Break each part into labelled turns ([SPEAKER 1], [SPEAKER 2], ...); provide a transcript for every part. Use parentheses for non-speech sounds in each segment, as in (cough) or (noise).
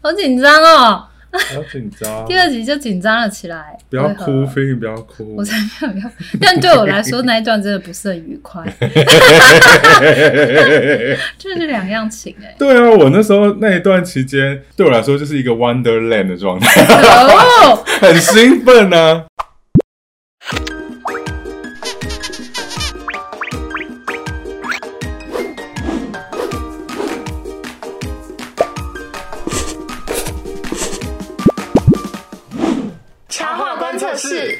[SPEAKER 1] 好紧张哦！
[SPEAKER 2] 不要紧张，
[SPEAKER 1] 第二集就紧张了起来。
[SPEAKER 2] 不要
[SPEAKER 1] 为何
[SPEAKER 2] 哭，菲你不要哭
[SPEAKER 1] 我。才没有要。但对我来说，那一段真的不是很愉
[SPEAKER 2] (laughs)
[SPEAKER 1] 快，这是两样情哎、
[SPEAKER 2] 对啊，我那时候那一段期间，对我来说就是一个 Wonderland 的状态，
[SPEAKER 1] 哦，
[SPEAKER 2] 很兴奋啊。 (laughs)
[SPEAKER 3] 茶话观测室。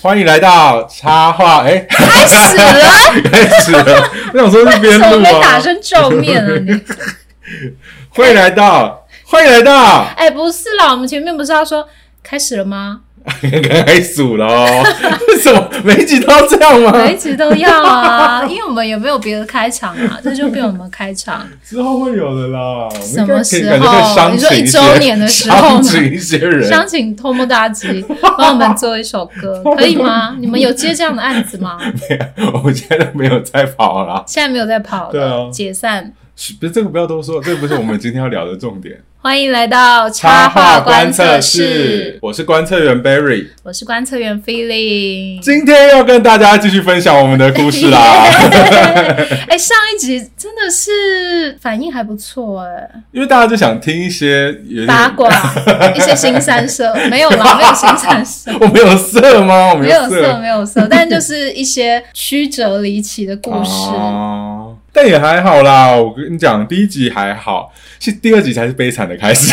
[SPEAKER 2] 欢迎来到插画，哎、 (laughs)
[SPEAKER 1] 开始了，
[SPEAKER 2] 开始了。我想说是边
[SPEAKER 1] 怎么
[SPEAKER 2] 录
[SPEAKER 1] 被打
[SPEAKER 2] 啊，
[SPEAKER 1] 成咒面了
[SPEAKER 2] (laughs)
[SPEAKER 1] 你？
[SPEAKER 2] 欢迎来到，欢迎来到， (laughs)
[SPEAKER 1] 哎、不是啦，我们前面不是要说开始了吗？
[SPEAKER 2] 开始了哦。为什么每一集都要这样
[SPEAKER 1] 每一
[SPEAKER 2] 吗？
[SPEAKER 1] 集都要啊， (laughs) 因为我们也没有别的开场啊，这就变我们开
[SPEAKER 2] (laughs)
[SPEAKER 1] 场。
[SPEAKER 2] 之后会有的啦。
[SPEAKER 1] 什么时候
[SPEAKER 2] 我们应该可以感觉可以商
[SPEAKER 1] 你说
[SPEAKER 2] 请
[SPEAKER 1] 一
[SPEAKER 2] 些
[SPEAKER 1] 周年的时候吗
[SPEAKER 2] 商请一些人，
[SPEAKER 1] 想请托莫大吉帮我们做一首歌，可以吗？你们有接这样的案子吗？
[SPEAKER 2] (laughs) 我们现在都没有在跑啦。
[SPEAKER 1] 现在没有在跑了，
[SPEAKER 2] 对啊
[SPEAKER 1] 解散。
[SPEAKER 2] 是不是这个不要多说，这不是我们今天要聊的重点。
[SPEAKER 1] 欢迎来到 (laughs) 插画观测室，，
[SPEAKER 2] 我是观测员 Barry，
[SPEAKER 1] 我是观测员 Feeling。
[SPEAKER 2] 今天要跟大家继续分享我们的故
[SPEAKER 1] (laughs)
[SPEAKER 2] 事啦。
[SPEAKER 1] 哎，上一集真的是反应还不错
[SPEAKER 2] (laughs)
[SPEAKER 1] 哎，
[SPEAKER 2] 因为大家就想听一些有点
[SPEAKER 1] 八
[SPEAKER 2] (laughs)
[SPEAKER 1] 卦一些新三社没有啦，没有新三
[SPEAKER 2] (laughs)
[SPEAKER 1] 社。
[SPEAKER 2] 我们有色吗？我们
[SPEAKER 1] 没有色，
[SPEAKER 2] 色
[SPEAKER 1] 没有
[SPEAKER 2] (laughs)
[SPEAKER 1] 色，但就是一些曲折离奇的故事。
[SPEAKER 2] 哦但也还好啦，我跟你讲，第一集还好，是第二集才是悲惨的开始。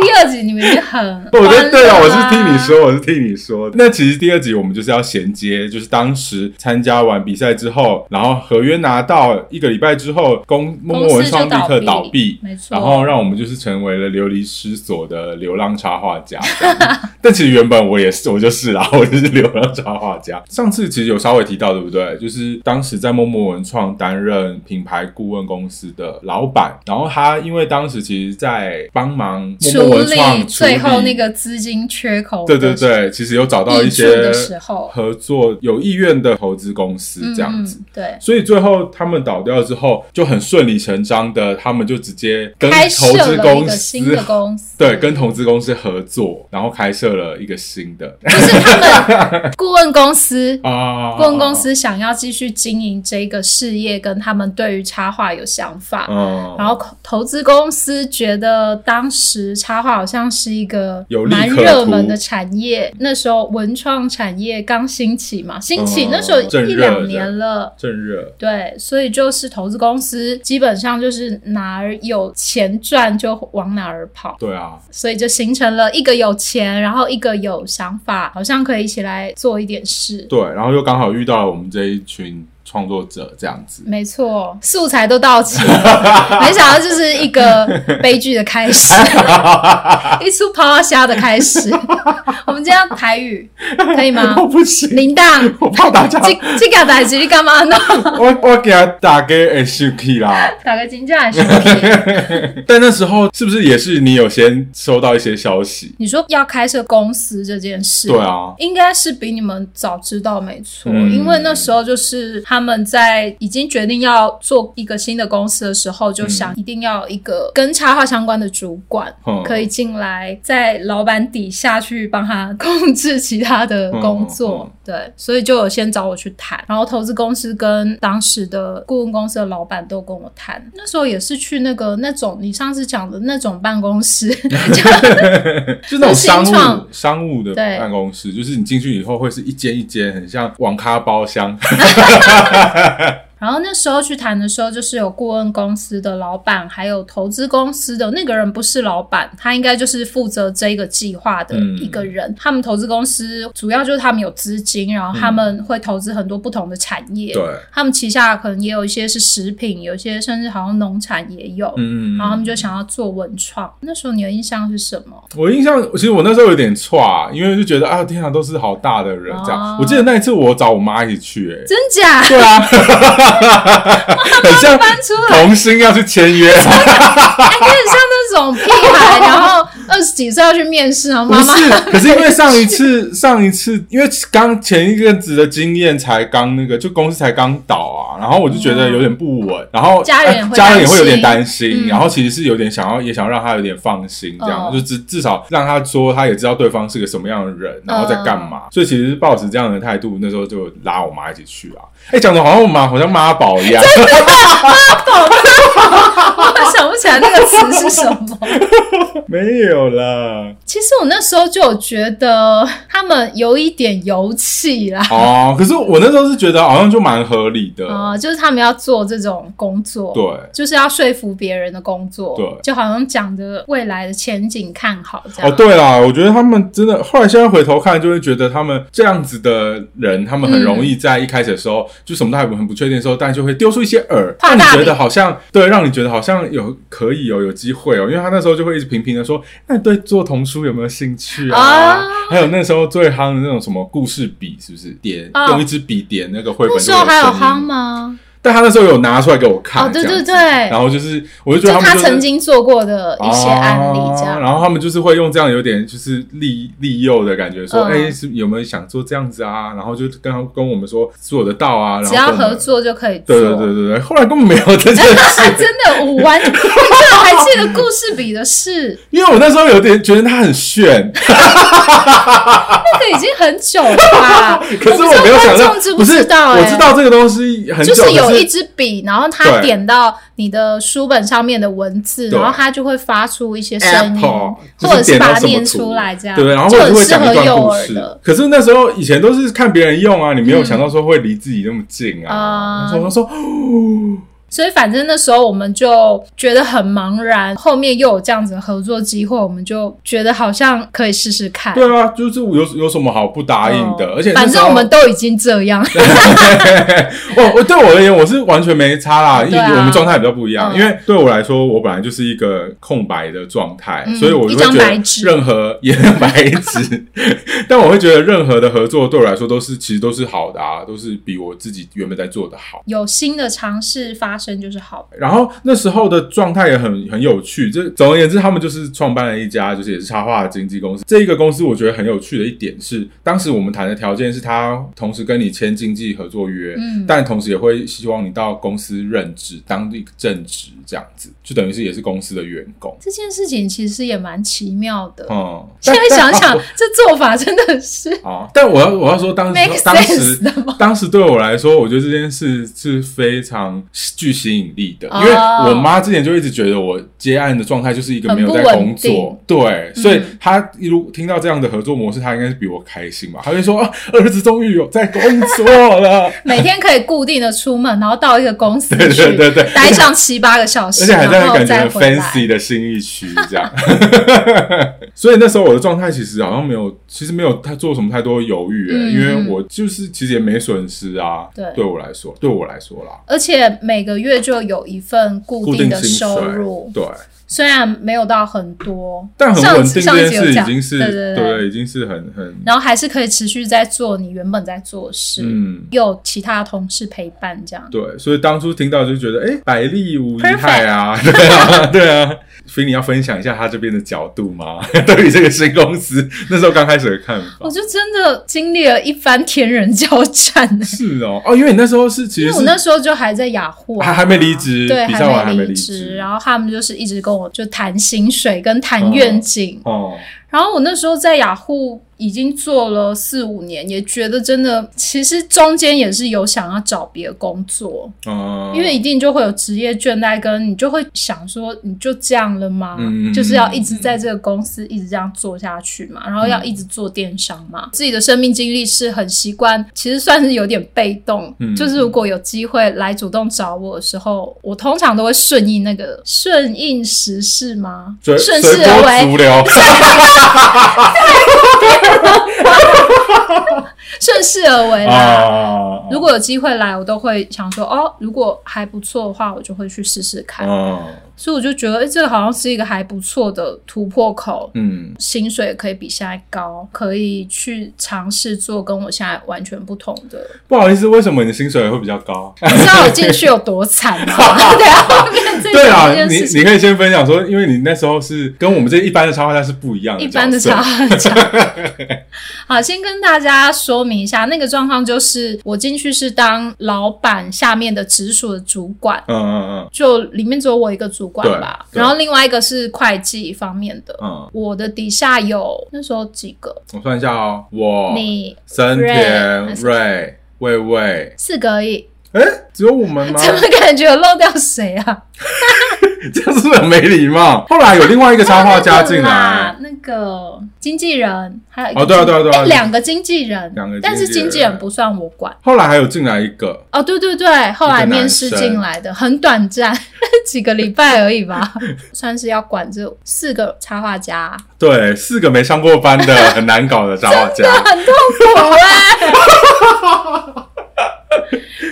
[SPEAKER 1] 第二集你们就很
[SPEAKER 2] 我
[SPEAKER 1] 欢
[SPEAKER 2] 觉
[SPEAKER 1] 乐
[SPEAKER 2] 得 (laughs) 对啊，
[SPEAKER 1] 啦
[SPEAKER 2] 我是听你说，我是听你说。那其实第二集我们就是要衔接，就是当时参加完比赛之后，然后合约拿到一个礼拜之后，公默默
[SPEAKER 1] 公
[SPEAKER 2] 文
[SPEAKER 1] 司就
[SPEAKER 2] 创立刻倒
[SPEAKER 1] 倒
[SPEAKER 2] 闭
[SPEAKER 1] 闭，没错
[SPEAKER 2] 然后让我们就是成为了流离失所的流浪插画家。 (laughs) 这样但其实原本我也是，我就是啦， (laughs) 我就是流浪插画家。上次其实有稍微提到，对不对？就是当时在默默文创担任品牌顾问公司的老板，然后他因为当时其实在帮忙默默
[SPEAKER 1] 处
[SPEAKER 2] 文创
[SPEAKER 1] 理最
[SPEAKER 2] 处
[SPEAKER 1] 后
[SPEAKER 2] 理
[SPEAKER 1] 那个资金缺口，
[SPEAKER 2] 对对，对，其实有找到一
[SPEAKER 1] 溢出
[SPEAKER 2] 些
[SPEAKER 1] 的时候，
[SPEAKER 2] 合作有意愿的投资公司这样子。
[SPEAKER 1] 嗯嗯对。
[SPEAKER 2] 所以最后他们倒掉之后，就很顺理成章的，他们就直接跟
[SPEAKER 1] 开
[SPEAKER 2] 投
[SPEAKER 1] 设
[SPEAKER 2] 资
[SPEAKER 1] 了一
[SPEAKER 2] 公
[SPEAKER 1] 个
[SPEAKER 2] 司
[SPEAKER 1] 新的公司，
[SPEAKER 2] 对，跟投资公司合作，然后开设了一个新的。
[SPEAKER 1] 就是他们顾问公司
[SPEAKER 2] 啊，
[SPEAKER 1] 顾问公，司想要继续经营这个事业，跟他们对于插画有想法，
[SPEAKER 2] 嗯，
[SPEAKER 1] 然后投资公司觉得当时插画好像是一个
[SPEAKER 2] 有利
[SPEAKER 1] 蛮
[SPEAKER 2] 可
[SPEAKER 1] 热
[SPEAKER 2] 图
[SPEAKER 1] 门的产业，那时候文创产业刚兴起嘛，兴起
[SPEAKER 2] 嗯
[SPEAKER 1] 那时候
[SPEAKER 2] 正
[SPEAKER 1] 一
[SPEAKER 2] 热
[SPEAKER 1] 两
[SPEAKER 2] 的
[SPEAKER 1] 年了，
[SPEAKER 2] 正热，
[SPEAKER 1] 对，所以就是投资公司基本上就是哪儿有钱赚就往哪儿跑，
[SPEAKER 2] 对啊，
[SPEAKER 1] 所以就形成了一个有钱，然后一个有想法，好像可以一起来做一点事。
[SPEAKER 2] 对，然后又刚好遇到了我们这一群创作者这样子，？
[SPEAKER 1] 没错，素材都到齐了，没想到就是一个悲剧的开始，一出抛到虾的开始。我们今天要台语可以吗
[SPEAKER 2] (laughs) 我不行，
[SPEAKER 1] 铃铛，
[SPEAKER 2] 我怕大家，
[SPEAKER 1] 这这个代志你干嘛呢？
[SPEAKER 2] 我我给他打给 H K 啦。
[SPEAKER 1] 打个金价也行不行。
[SPEAKER 2] 但那时候是不是也是你有先收到一些消息？
[SPEAKER 1] 你说要开设公司这件事，
[SPEAKER 2] 对啊，
[SPEAKER 1] 应该是比你们早知道没错，
[SPEAKER 2] 嗯
[SPEAKER 1] 因为那时候就是他们在已经决定要做一个新的公司的时候，就想一定要一个跟插画相关的主管。
[SPEAKER 2] 嗯
[SPEAKER 1] 可以进来，在老板底下去帮他控制其他的工作，
[SPEAKER 2] 嗯嗯
[SPEAKER 1] 对，所以就有先找我去谈，然后投资公司跟当时的顾问公司的老板都跟我谈，那时候也是去那个那种你上次讲的那种办公室，
[SPEAKER 2] (laughs) 就那种商
[SPEAKER 1] 新
[SPEAKER 2] 务
[SPEAKER 1] 创
[SPEAKER 2] 商务的
[SPEAKER 1] 对
[SPEAKER 2] 办公室，就是你进去以后会是一间一间，很像网咖包厢。
[SPEAKER 1] 然后那时候去谈的时候，就是有顾问公司的老板，还有投资公司的那个人不是老板，他应该就是负责这个计划的
[SPEAKER 2] 嗯
[SPEAKER 1] 一个人。他们投资公司主要就是他们有资金，然后他们会投资很多不同的产业。
[SPEAKER 2] 对，
[SPEAKER 1] 他们旗下可能也有一些是食品，有些甚至好像农产也有。
[SPEAKER 2] 嗯，
[SPEAKER 1] 然后他们就想要做文创。那时候你的印象是什么？
[SPEAKER 2] 我印象，其实我那时候有点差，因为就觉得啊，天啊，都是好大的人这样
[SPEAKER 1] 哦。
[SPEAKER 2] 我记得那一次我找我妈一起去、欸，
[SPEAKER 1] 真假？
[SPEAKER 2] 对啊，很像
[SPEAKER 1] 搬出来
[SPEAKER 2] 童星要去签约， (laughs)
[SPEAKER 1] 哎，有点像那种屁孩，然后二十几岁要去面试，然后
[SPEAKER 2] 不
[SPEAKER 1] 妈妈
[SPEAKER 2] 是， (laughs) 可是因为上一
[SPEAKER 1] (laughs)
[SPEAKER 2] 次上一次，因为刚前一阵子的经验才刚那个，就公司才刚倒啊，然后我就觉得有点不稳，然后
[SPEAKER 1] 家人也
[SPEAKER 2] 哎
[SPEAKER 1] 会
[SPEAKER 2] 家人也
[SPEAKER 1] 担
[SPEAKER 2] 会有点
[SPEAKER 1] 心
[SPEAKER 2] 担心，
[SPEAKER 1] 哦嗯
[SPEAKER 2] 然后其实是有点想要也想让他有点放心，这样、
[SPEAKER 1] 哦
[SPEAKER 2] 就至至少让他说他也知道对方是个什么样的人，
[SPEAKER 1] 哦
[SPEAKER 2] 然后在干嘛，所以其实是抱持这样的态度，那时候就拉我妈一起去啊，哎，讲的好像我妈好像妈宝一样，啊
[SPEAKER 1] 我想不起来那个词是什么。
[SPEAKER 2] (laughs) 没有啦，
[SPEAKER 1] 其实我那时候就有觉得他们有一点油气啦，
[SPEAKER 2] 哦，可是我那时候是觉得好像就蛮合理的，
[SPEAKER 1] 啊、就是他们要做这种工作，
[SPEAKER 2] 对，
[SPEAKER 1] 就是要说服别人的工作，
[SPEAKER 2] 对
[SPEAKER 1] 就好像讲的未来的前景看好这样。
[SPEAKER 2] 哦，对啦，我觉得他们真的，后来现在回头看，就会觉得他们这样子的人，他们很容易在一开始的时候、就什么都还很不确定的时候，但就会丢出一些饵，
[SPEAKER 1] 画
[SPEAKER 2] 让你
[SPEAKER 1] 大饼
[SPEAKER 2] 觉得好像对，让你觉得好像有可以哦，有机会哦，因为他那时候就会一直频频的说，哎那你对做童书有没有兴趣啊？
[SPEAKER 1] 啊
[SPEAKER 2] 还有那时候最夯的那种什么故事笔，是不是点、
[SPEAKER 1] 哦
[SPEAKER 2] 用一支笔点那个绘
[SPEAKER 1] 那
[SPEAKER 2] 本就
[SPEAKER 1] 时
[SPEAKER 2] 会
[SPEAKER 1] 候
[SPEAKER 2] 有
[SPEAKER 1] 还有
[SPEAKER 2] 声音
[SPEAKER 1] 夯？吗？
[SPEAKER 2] 但他那时候有拿出来给我看，
[SPEAKER 1] 哦，对
[SPEAKER 2] 这
[SPEAKER 1] 对
[SPEAKER 2] 样子
[SPEAKER 1] 对
[SPEAKER 2] 然，后就是，我就
[SPEAKER 1] 就
[SPEAKER 2] 觉得他们
[SPEAKER 1] 他
[SPEAKER 2] 就是
[SPEAKER 1] 曾经做过的一些案例这
[SPEAKER 2] 哦
[SPEAKER 1] 样。
[SPEAKER 2] 然后他们就是会用这样有点就是利利诱的感觉，说，
[SPEAKER 1] 嗯
[SPEAKER 2] 哎、是有没有想做这样子啊？然后就跟他跟我们说做得到啊，然后
[SPEAKER 1] 只要
[SPEAKER 2] 跟我们
[SPEAKER 1] 合。作就可以做，啊
[SPEAKER 2] 对对对对对，后来根本没有
[SPEAKER 1] (laughs)
[SPEAKER 2] 这件事，
[SPEAKER 1] 真的我完，你 (laughs) 看我还记得故事比的事，
[SPEAKER 2] 因为我那时候有点觉得他很炫，
[SPEAKER 1] 那个已经很久了吧？
[SPEAKER 2] (laughs) 可是
[SPEAKER 1] 我不知道
[SPEAKER 2] 没有想
[SPEAKER 1] 观
[SPEAKER 2] 到
[SPEAKER 1] 众，知
[SPEAKER 2] 不是
[SPEAKER 1] 知道、欸，
[SPEAKER 2] 我知道这个东西很久，
[SPEAKER 1] 就是有
[SPEAKER 2] 可
[SPEAKER 1] 一支笔，然后它
[SPEAKER 2] 对
[SPEAKER 1] 点到你的书本上面的文字，
[SPEAKER 2] 对
[SPEAKER 1] 然后它就会发出一些声音
[SPEAKER 2] Apple，，就
[SPEAKER 1] 或者
[SPEAKER 2] 点
[SPEAKER 1] 把
[SPEAKER 2] 到
[SPEAKER 1] 它
[SPEAKER 2] 什么
[SPEAKER 1] 念
[SPEAKER 2] 图
[SPEAKER 1] 出来，这样
[SPEAKER 2] 对，然后
[SPEAKER 1] 就
[SPEAKER 2] 或者
[SPEAKER 1] 很
[SPEAKER 2] 会
[SPEAKER 1] 适
[SPEAKER 2] 讲
[SPEAKER 1] 合
[SPEAKER 2] 一段
[SPEAKER 1] 幼
[SPEAKER 2] 故
[SPEAKER 1] 儿
[SPEAKER 2] 事
[SPEAKER 1] 的。。嗯
[SPEAKER 2] 可是那时候以前都是看别人用啊，你没有想到说会离自己那么近啊。
[SPEAKER 1] 啊
[SPEAKER 2] 所以我说， (gasps) 哦
[SPEAKER 1] 所以反正那时候我们就觉得很茫然，后面又有这样子的合作机会，我们就觉得好像可以试试看。
[SPEAKER 2] 对啊，就是有有什么好不答应的？
[SPEAKER 1] 哦
[SPEAKER 2] 而且那
[SPEAKER 1] 反
[SPEAKER 2] 时候
[SPEAKER 1] 正我们都已经这样，
[SPEAKER 2] 我我对我而言，我是完全没差啦，因为
[SPEAKER 1] 对啊
[SPEAKER 2] 我们状态比较不一样。
[SPEAKER 1] 嗯
[SPEAKER 2] 因为对我来说，我本来就是一个空白的状态，
[SPEAKER 1] 嗯
[SPEAKER 2] 所以我就会觉
[SPEAKER 1] 一张白
[SPEAKER 2] 得
[SPEAKER 1] 纸
[SPEAKER 2] 任何也白纸， (laughs) 但我会觉得任何的合作对我来说都是其实都是好的啊，都是比我自己原本在做的好。
[SPEAKER 1] 有新的尝试发生就是好。
[SPEAKER 2] 然后那时候的状态也很很有趣，这总而言之，他们就是创办了一家就是也是插画经纪公司。这一个公司我觉得很有趣的一点是，当时我们谈的条件是他同时跟你签经纪合作约，
[SPEAKER 1] 嗯
[SPEAKER 2] 但同时也会希望你到公司任职，当一个正职这样子，就等于是也是公司的员工。
[SPEAKER 1] 这件事情其实也蛮奇妙的。
[SPEAKER 2] 嗯，
[SPEAKER 1] 现在
[SPEAKER 2] 但
[SPEAKER 1] 想想
[SPEAKER 2] 但，
[SPEAKER 1] 这做法真的是
[SPEAKER 2] 哦，但我要我要说当时
[SPEAKER 1] make
[SPEAKER 2] 当时
[SPEAKER 1] sense 的吗？
[SPEAKER 2] 当时对我来说，我觉得这件事是非常具吸引力的，
[SPEAKER 1] 哦
[SPEAKER 2] 因为我妈之前就一直觉得我接案的状态就是一个没有在工
[SPEAKER 1] 很不嗯
[SPEAKER 2] 作，对，所以她一路听到这样的合作模式，她应该是比我开心吧，她就说、啊、儿子终于有在工作
[SPEAKER 1] (laughs)
[SPEAKER 2] 了，
[SPEAKER 1] 每天可以固定的出门，然后到一个公司
[SPEAKER 2] 对
[SPEAKER 1] 去
[SPEAKER 2] 对对对
[SPEAKER 1] 待上七八个小
[SPEAKER 2] 而
[SPEAKER 1] 时，
[SPEAKER 2] 且还在
[SPEAKER 1] 然
[SPEAKER 2] 那
[SPEAKER 1] 后
[SPEAKER 2] 感觉
[SPEAKER 1] 再
[SPEAKER 2] 很
[SPEAKER 1] 回来。
[SPEAKER 2] fancy 的新一区这样， (laughs) 所以那时候我的状态其实好像没有，其实没有太做什么太多犹豫、欸
[SPEAKER 1] 嗯
[SPEAKER 2] 因为我就是其实也没损失啊，
[SPEAKER 1] 对
[SPEAKER 2] 对我来说，对我来说啦，
[SPEAKER 1] 而且每个月就有一份固
[SPEAKER 2] 固定
[SPEAKER 1] 的
[SPEAKER 2] 薪
[SPEAKER 1] 收
[SPEAKER 2] 水
[SPEAKER 1] 入，，
[SPEAKER 2] 对。
[SPEAKER 1] 虽然没有到很多，
[SPEAKER 2] 但很稳定
[SPEAKER 1] 上
[SPEAKER 2] 这
[SPEAKER 1] 一上一
[SPEAKER 2] 件
[SPEAKER 1] 集有
[SPEAKER 2] 事已
[SPEAKER 1] 讲
[SPEAKER 2] 经是
[SPEAKER 1] 对对对
[SPEAKER 2] 已经是很很
[SPEAKER 1] 然后还是可以持续在做你原本在做的事，
[SPEAKER 2] 嗯。
[SPEAKER 1] 又有其他同事陪伴，这样
[SPEAKER 2] 对，所以当初听到就觉得，哎、百利无一害啊， (laughs) 对啊，对啊。所以你要分享一下他这边的角度吗？ (laughs) 对于这个新公司，那时候刚开始的看法
[SPEAKER 1] 我就真的经历了一番天人交战、欸。
[SPEAKER 2] 是哦，哦，因为你那时候是其
[SPEAKER 1] 因
[SPEAKER 2] 实
[SPEAKER 1] 为我
[SPEAKER 2] 是
[SPEAKER 1] 那时候就还在雅虎、啊，
[SPEAKER 2] 还还没离职
[SPEAKER 1] 对，
[SPEAKER 2] 比赛完还没
[SPEAKER 1] 没
[SPEAKER 2] 离职嗯
[SPEAKER 1] 职，然后他们就是一直跟我就谈薪水跟谈愿景，
[SPEAKER 2] 哦，
[SPEAKER 1] 然后我那时候在雅虎已经做了四五年，也觉得真的，其实中间也是有想要找别的工作，
[SPEAKER 2] 嗯，
[SPEAKER 1] 因为一定就会有职业倦怠，跟你就会想说，你就这样了吗？
[SPEAKER 2] 嗯嗯
[SPEAKER 1] 就是要一直在这个公司一直这样做下去嘛，然后要一直做电商嘛。自己的生命经历是很习惯，其实算是有点被动。
[SPEAKER 2] 嗯
[SPEAKER 1] 就是如果有机会来主动找我的时候，我通常都会顺应那个顺应时势吗？
[SPEAKER 2] 随
[SPEAKER 1] 顺
[SPEAKER 2] 随
[SPEAKER 1] 势而 (laughs)
[SPEAKER 2] 波
[SPEAKER 1] 为。
[SPEAKER 2] 逐流，
[SPEAKER 1] 顺势而为啦。
[SPEAKER 2] (laughs) 啊，
[SPEAKER 1] 如果有机会来，我都会想说，哦，如果还不错的话，我就会去试试看。
[SPEAKER 2] 嗯
[SPEAKER 1] 所以我就觉得，哎、这个好像是一个还不错的突破口，
[SPEAKER 2] 嗯
[SPEAKER 1] 薪水可以比现在高，可以去尝试做跟我现在完全不同
[SPEAKER 2] (laughs)
[SPEAKER 1] 的。
[SPEAKER 2] 不好意思，为什么你的薪水会比较高？
[SPEAKER 1] 你知道我进去有多惨吗？对啊， (laughs) 后面这
[SPEAKER 2] 对啊
[SPEAKER 1] 这，件
[SPEAKER 2] 你
[SPEAKER 1] 事
[SPEAKER 2] 你
[SPEAKER 1] 情，
[SPEAKER 2] 可以先分享说，因为你那时候是跟我们这一般的插画家是不一样的角
[SPEAKER 1] 一
[SPEAKER 2] 色，
[SPEAKER 1] 般的茶很长。
[SPEAKER 2] (laughs)
[SPEAKER 1] 好，先跟大家说明一下，那个状况就是我进去是当老板下面的直属的主管。
[SPEAKER 2] 嗯，嗯
[SPEAKER 1] 就里面只有我一个主管吧，
[SPEAKER 2] 对对
[SPEAKER 1] 然后另外一个是会计方面的
[SPEAKER 2] 嗯，嗯，
[SPEAKER 1] 我的底下有那时候几个，
[SPEAKER 2] 我算一下哦，我
[SPEAKER 1] 你
[SPEAKER 2] 森
[SPEAKER 1] 瑞
[SPEAKER 2] 田
[SPEAKER 1] 还是
[SPEAKER 2] 瑞魏魏，
[SPEAKER 1] 四个而已，
[SPEAKER 2] 哎，只有我们
[SPEAKER 1] (laughs)
[SPEAKER 2] 吗？
[SPEAKER 1] 怎么感觉有漏掉谁啊？
[SPEAKER 2] 这样是不是很没礼貌？后来有另外一个插画家进来，
[SPEAKER 1] 啊，那个经纪人还有一个
[SPEAKER 2] 哦对啊对啊对啊
[SPEAKER 1] 诶两个经纪人，
[SPEAKER 2] 两个经纪人
[SPEAKER 1] 但是经纪人不算我管。
[SPEAKER 2] 后来还有进来一个，
[SPEAKER 1] 哦，对对对，后来面试进来的很短暂， (laughs) 几个礼拜而已
[SPEAKER 2] (laughs)
[SPEAKER 1] 吧，算是要管这四个插画家，
[SPEAKER 2] 对，四个没上过班的很难搞的插画
[SPEAKER 1] (laughs)
[SPEAKER 2] 家，
[SPEAKER 1] 很痛苦哎、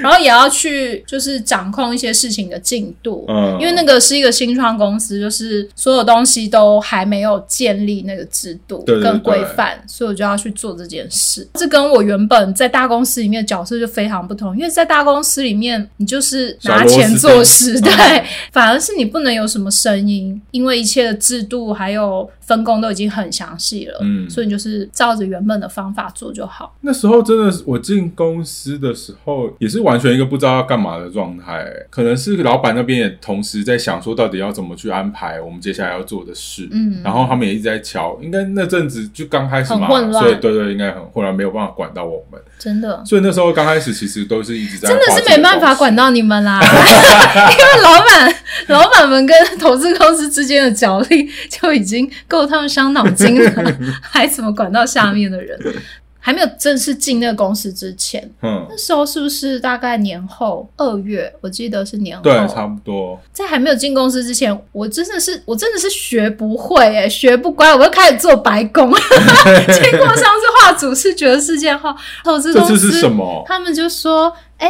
[SPEAKER 1] 然后也要去就是掌控一些事情的进度，
[SPEAKER 2] 嗯，
[SPEAKER 1] 因为那个是一个新创公司，就是所有东西都还没有建立那个制度
[SPEAKER 2] 对对对
[SPEAKER 1] 跟规范，所以我就要去做这件事。这跟我原本在大公司里面的角色就非常不同，因为在大公司里面，你就是拿钱做事，
[SPEAKER 2] 小螺丝钉
[SPEAKER 1] 对，反而是你不能有什么声音，因为一切的制度还有分工都已经很详细了，
[SPEAKER 2] 嗯
[SPEAKER 1] 所以你就是照着原本的方法做就好。
[SPEAKER 2] 那时候真的是我进公司的时候，也是完全一个不知道要干嘛的状态，可能是老板那边也同时在想说，到底要怎么去安排我们接下来要做的事，
[SPEAKER 1] 嗯
[SPEAKER 2] 然后他们也一直在瞧，应该那阵子就刚开始
[SPEAKER 1] 很
[SPEAKER 2] 嘛，
[SPEAKER 1] 混乱
[SPEAKER 2] 所以对对，应该很混乱，没有办法管到我们，
[SPEAKER 1] 真的。
[SPEAKER 2] 所以那时候刚开始其实都是一直在
[SPEAKER 1] 真的
[SPEAKER 2] 画
[SPEAKER 1] 是
[SPEAKER 2] 自己
[SPEAKER 1] 没办法
[SPEAKER 2] 东西
[SPEAKER 1] 管到你们啦， (laughs) 因为老板、老板们跟投资公司之间的角力就已经够他们伤脑筋了，还怎么管到下面的人？还没有正式进那个公司之前，
[SPEAKER 2] 嗯
[SPEAKER 1] 那，时候是不是大概年后二月？我记得是年后。
[SPEAKER 2] 对，差不多。
[SPEAKER 1] 在还没有进公司之前，我真的是我真的是学不会哎、学不乖，我又开始做白工。 (laughs) 经过上次画主视觉的事件后，投资
[SPEAKER 2] 这
[SPEAKER 1] 公
[SPEAKER 2] 次
[SPEAKER 1] 司
[SPEAKER 2] 是什么？
[SPEAKER 1] 他们就说：“哎、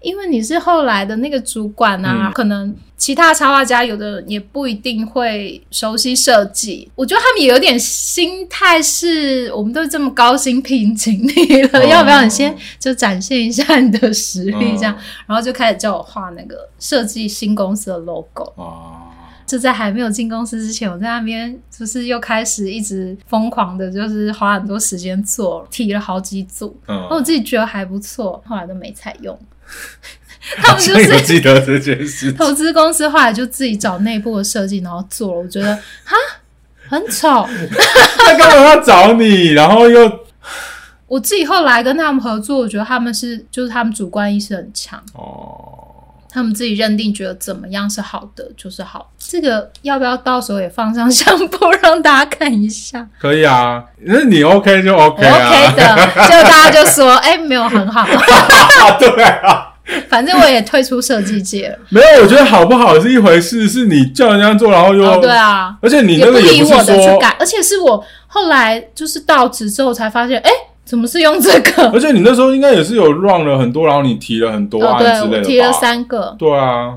[SPEAKER 1] 因为你是后来的那个主管啊，
[SPEAKER 2] 嗯
[SPEAKER 1] 可能其他插画家有的人也不一定会熟悉设计。我觉得他们也有点心态是，我们都这么高薪聘请你了，
[SPEAKER 2] 哦
[SPEAKER 1] 要不要你先就展现一下你的实力
[SPEAKER 2] 嗯
[SPEAKER 1] 这样？然后就开始叫我画那个设计新公司的 logo。
[SPEAKER 2] 啊，
[SPEAKER 1] 就在还没有进公司之前，我在那边就是又开始一直疯狂的，就是花很多时间做，提了好几组。
[SPEAKER 2] 嗯，
[SPEAKER 1] 哦那我自己觉得还不错，后来都没采用。他们就
[SPEAKER 2] 所以我
[SPEAKER 1] 是
[SPEAKER 2] 记啊得这件事情。
[SPEAKER 1] (laughs) 投资公司，后来就自己找内部的设计，然后做了。我觉得哈很丑，
[SPEAKER 2] 他干嘛要找你？然后又
[SPEAKER 1] 我自己后来跟他们合作，我觉得他们是就是他们主观意识很强，
[SPEAKER 2] 哦，
[SPEAKER 1] 他们自己认定觉得怎么样是好的就是好。这个要不要到时候也放上相簿让大家看一下？
[SPEAKER 2] 可以啊，那你 OK 就 OK
[SPEAKER 1] 我 OK
[SPEAKER 2] 啊，
[SPEAKER 1] 的，结果大家就说哎、没有很好，
[SPEAKER 2] 啊 (laughs) 对啊，
[SPEAKER 1] 反正我也退出设计界了。
[SPEAKER 2] 没有，我觉得好不好是一回事，是你叫人家做，然后又、
[SPEAKER 1] 哦，对啊，
[SPEAKER 2] 而且你
[SPEAKER 1] 也不
[SPEAKER 2] 那个
[SPEAKER 1] 理
[SPEAKER 2] 不是
[SPEAKER 1] 我的去
[SPEAKER 2] 说，
[SPEAKER 1] 改，而且是我后来就是到职之后才发现，哎、怎么是用这个？
[SPEAKER 2] (laughs) 而且你那时候应该也是有 run 了很多，然后你提了很多
[SPEAKER 1] 哦，
[SPEAKER 2] 案
[SPEAKER 1] 对，
[SPEAKER 2] 之类的吧？
[SPEAKER 1] 我提了三个，
[SPEAKER 2] 对啊，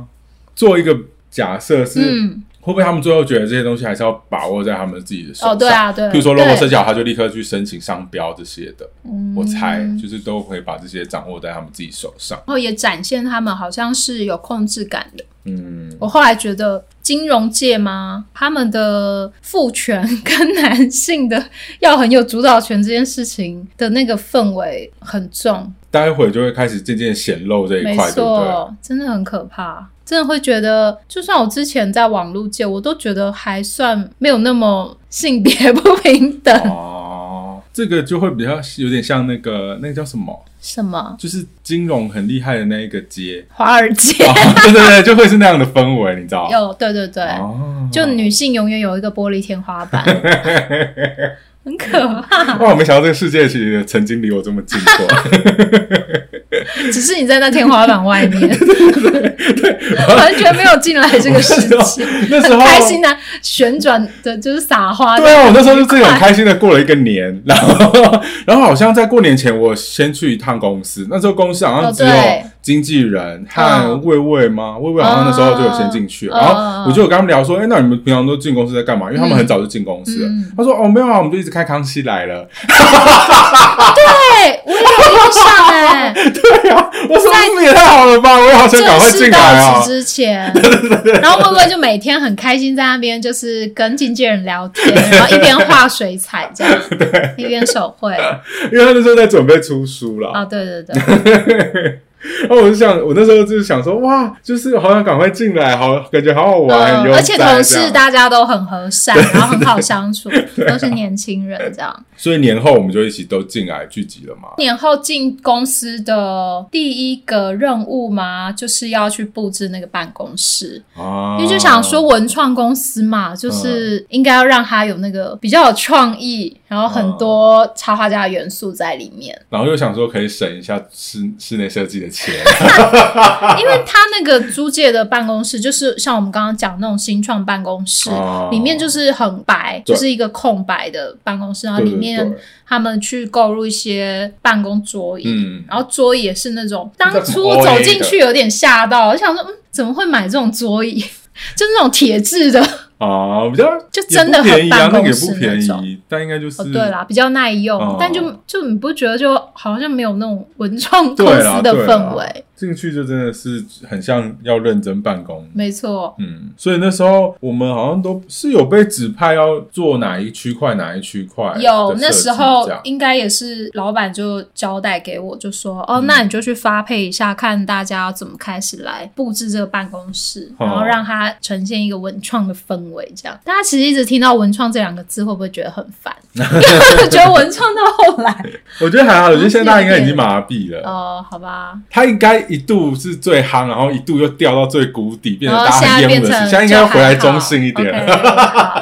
[SPEAKER 2] 做一个假设是、
[SPEAKER 1] 嗯，
[SPEAKER 2] 会不会他们最后觉得这些东西还是要把握在他们自己的手上？
[SPEAKER 1] 哦，对啊，对，
[SPEAKER 2] 比如说 logo 设
[SPEAKER 1] 对
[SPEAKER 2] 计好，他就立刻去申请商标这些的。
[SPEAKER 1] 嗯
[SPEAKER 2] 我猜
[SPEAKER 1] 然
[SPEAKER 2] 就是都可以把这些掌握在他们自己手上。
[SPEAKER 1] 后也展现他们好像是有控制感的。
[SPEAKER 2] 嗯，
[SPEAKER 1] 我后来觉得金融界嘛，他们的父权跟男性的要很有主导权这件事情的那个氛围很重，
[SPEAKER 2] 待会就会开始渐渐显露这一
[SPEAKER 1] 没
[SPEAKER 2] 块，对不对？
[SPEAKER 1] 错，真的很可怕，真的会觉得，就算我之前在网络界，我都觉得还算没有那么性别不平等。
[SPEAKER 2] 哦， (laughs) 这个就会比较有点像那个那个叫什么，
[SPEAKER 1] 什么。
[SPEAKER 2] 就是金融很厉害的那一个街 (laughs)
[SPEAKER 1] 华尔街？
[SPEAKER 2] 哦、对对对，就会是那样的氛围，你知道？
[SPEAKER 1] (laughs) 有，对对对，
[SPEAKER 2] 哦，
[SPEAKER 1] 就女性永远有一个玻璃天花
[SPEAKER 2] (laughs)
[SPEAKER 1] 板，很可怕。
[SPEAKER 2] 哇，我没想到这个世界其实曾经离我这么近过。
[SPEAKER 1] 只是你在那天花板
[SPEAKER 2] (laughs)
[SPEAKER 1] 外面，完全没有进来这个世
[SPEAKER 2] (laughs)
[SPEAKER 1] 界。
[SPEAKER 2] (laughs) 那时候
[SPEAKER 1] 开心的、旋转的，就是撒花。
[SPEAKER 2] 对啊，我那时候就自己很开心的过了一个年， (laughs) 然后然后好像在过年前我先去一趟公司，那时候公司好像只有经纪人和魏魏吗？魏魏好像那时候就有先进去，然后我就有跟他们聊说，哎，那你们平常都进公司在干嘛？因为他们很早就进公司了。他说哦没有啊，我们就一直看《康熙来了》。
[SPEAKER 1] 对，我有印象哎。
[SPEAKER 2] 对啊，我说这也太好了吧！我好想赶快进来啊。
[SPEAKER 1] 正式之前，
[SPEAKER 2] (laughs)
[SPEAKER 1] 然后魏魏就每天很开心在那边，就是跟经纪人聊天，然后一边画水彩这
[SPEAKER 2] (laughs)
[SPEAKER 1] 样，对，一边手绘。
[SPEAKER 2] 因为他那时候在准备出书了。
[SPEAKER 1] 啊，对对
[SPEAKER 2] (laughs)
[SPEAKER 1] 对。
[SPEAKER 2] 然后我就想，我那时候就是想说，哇，就是好想赶快进来，好感觉好好玩，
[SPEAKER 1] 嗯而且同事大家都很和
[SPEAKER 2] (laughs)
[SPEAKER 1] 善，然后很好相处，都是年轻人这样。
[SPEAKER 2] 所以年后我们就一起都进来聚集了嘛。
[SPEAKER 1] 年后进公司的第一个任务嘛，就是要去布置那个办公室，
[SPEAKER 2] 啊
[SPEAKER 1] 因为就想说
[SPEAKER 2] 哦
[SPEAKER 1] 文创公司
[SPEAKER 2] 嗯
[SPEAKER 1] 嘛，就是应该要让它有那个比较有创意，然后很多插画家的元素在里面。
[SPEAKER 2] 然后又想说可以省一下室室内设计
[SPEAKER 1] (laughs)
[SPEAKER 2] 的。嗯
[SPEAKER 1] 因为他那个租借的办公室，就是像我们刚刚讲那种新创办公室，哦、里面就是很白，就是一个空白的办公室，然哦后里面他们去购入一些办公桌椅，嗯、然后桌椅也是那种当初走进去有点吓到，我想说，嗯，怎么会买这种桌椅？ (laughs) 就那种铁质的。
[SPEAKER 2] 啊，比较
[SPEAKER 1] 就真的很办公
[SPEAKER 2] 室啊那便宜，但应该就是
[SPEAKER 1] 哦，对啦，比较耐用，但就就你不觉得就好像没有那种文创公司的氛围？
[SPEAKER 2] 进去就真的是很像要认真办公，
[SPEAKER 1] 没错，
[SPEAKER 2] 嗯，所以那时候我们好像都是有被指派要做哪一区块哪一区块，
[SPEAKER 1] 有那时候应该也是老板就交代给我，就说哦，那你就去发配一下，看大家怎么开始来布置这个办公室，然后让它呈现一个文创的氛围。这样，大家其实一直听到“文创”这两个字，会不会觉得很烦？ (laughs) 觉得文创到后来，
[SPEAKER 2] 我觉得还好，我觉得现在大家应该已经麻痹了。
[SPEAKER 1] 哦，好吧，
[SPEAKER 2] 它应该一度是最夯，然后一度又掉到最谷底，变成大家厌恶的事。现在应该要回来中性一点。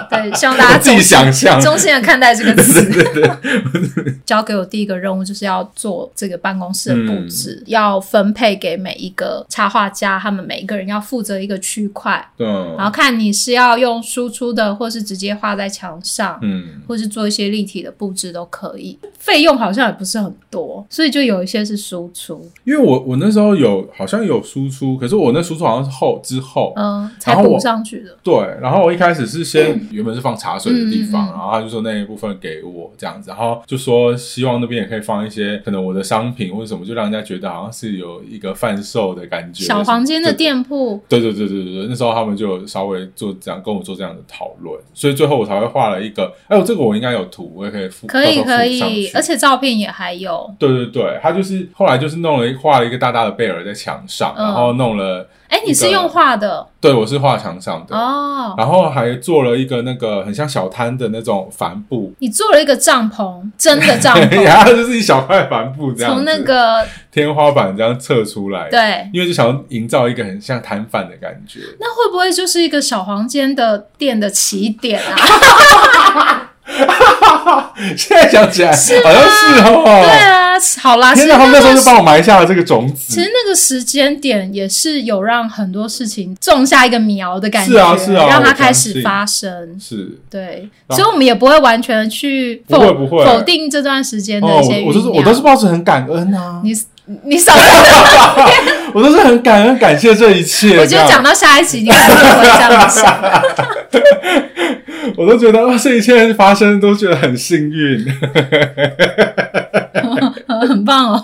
[SPEAKER 1] 对，希望大家
[SPEAKER 2] 自己想象，
[SPEAKER 1] 中性的看待这个
[SPEAKER 2] (laughs)
[SPEAKER 1] 词。 (laughs) 交给我第一个任务就是要做这个办公室的布
[SPEAKER 2] 嗯
[SPEAKER 1] 置，要分配给每一个插画家，他们每一个人要负责一个区块。
[SPEAKER 2] 嗯，
[SPEAKER 1] 然后看你是要用。输出的，或是直接画在墙上，嗯，或是做一些立体的布置都可以。费用好像也不是很多，所以就有一些是输出。
[SPEAKER 2] 因为我我那时候有好像有输出，可是我那输出好像是后之后，
[SPEAKER 1] 嗯，才补上去的。
[SPEAKER 2] 对，然后我一开始是先、嗯、原本是放茶水的地方，嗯嗯、然后他就说那一部分给我这样子，然后就说希望那边也可以放一些可能我的商品或者什么，就让人家觉得好像是有一个贩售的感觉。
[SPEAKER 1] 小房间的店铺，
[SPEAKER 2] 对对对对对，那时候他们就稍微做这样跟我。做这样的讨论，所以最后我才会画了一个。哎呦，这个我应该有图，我也可以附，
[SPEAKER 1] 可以可
[SPEAKER 2] 以，
[SPEAKER 1] 而且照片也还有。
[SPEAKER 2] 对对对，他就是后来就是弄了画了一个大大的贝尔在墙上，嗯、然后弄了。
[SPEAKER 1] 哎，你是用画的？
[SPEAKER 2] 对，我是画墙上的
[SPEAKER 1] 哦。
[SPEAKER 2] 然后还做了一个那个很像小摊的那种帆布。
[SPEAKER 1] 你做了一个帐篷，真的帐篷，
[SPEAKER 2] (laughs) 然后就是一小块帆布这样，
[SPEAKER 1] 从那个
[SPEAKER 2] 天花板这样测出来。
[SPEAKER 1] 对，
[SPEAKER 2] 因为就想要营造一个很像摊贩的感
[SPEAKER 1] (laughs)
[SPEAKER 2] 觉。
[SPEAKER 1] 那会不会就是一个小房间的店的起点啊？
[SPEAKER 2] (laughs) 现在想起来，好像是哦。
[SPEAKER 1] 对啊，好啦，
[SPEAKER 2] 天
[SPEAKER 1] 哪，
[SPEAKER 2] 他们那时候就帮我埋下了这个种子。
[SPEAKER 1] 其实那个时间点也是有让很多事情种下一个苗的感觉，
[SPEAKER 2] 是啊是啊，
[SPEAKER 1] 让它开始发生。
[SPEAKER 2] 是，
[SPEAKER 1] 对，所以我们也不会完全去
[SPEAKER 2] 不会不会哦
[SPEAKER 1] 否定这段时间的一些。
[SPEAKER 2] 我都是我都是抱着很感恩啊。
[SPEAKER 1] 你你少，
[SPEAKER 2] 我都是很感恩感谢这一切。啊
[SPEAKER 1] 我觉得讲到下一集，你肯定会这样想。
[SPEAKER 2] (laughs) 我都觉得哇，这一切发生都觉得很幸
[SPEAKER 1] (laughs)
[SPEAKER 2] 运，
[SPEAKER 1] 很棒哦。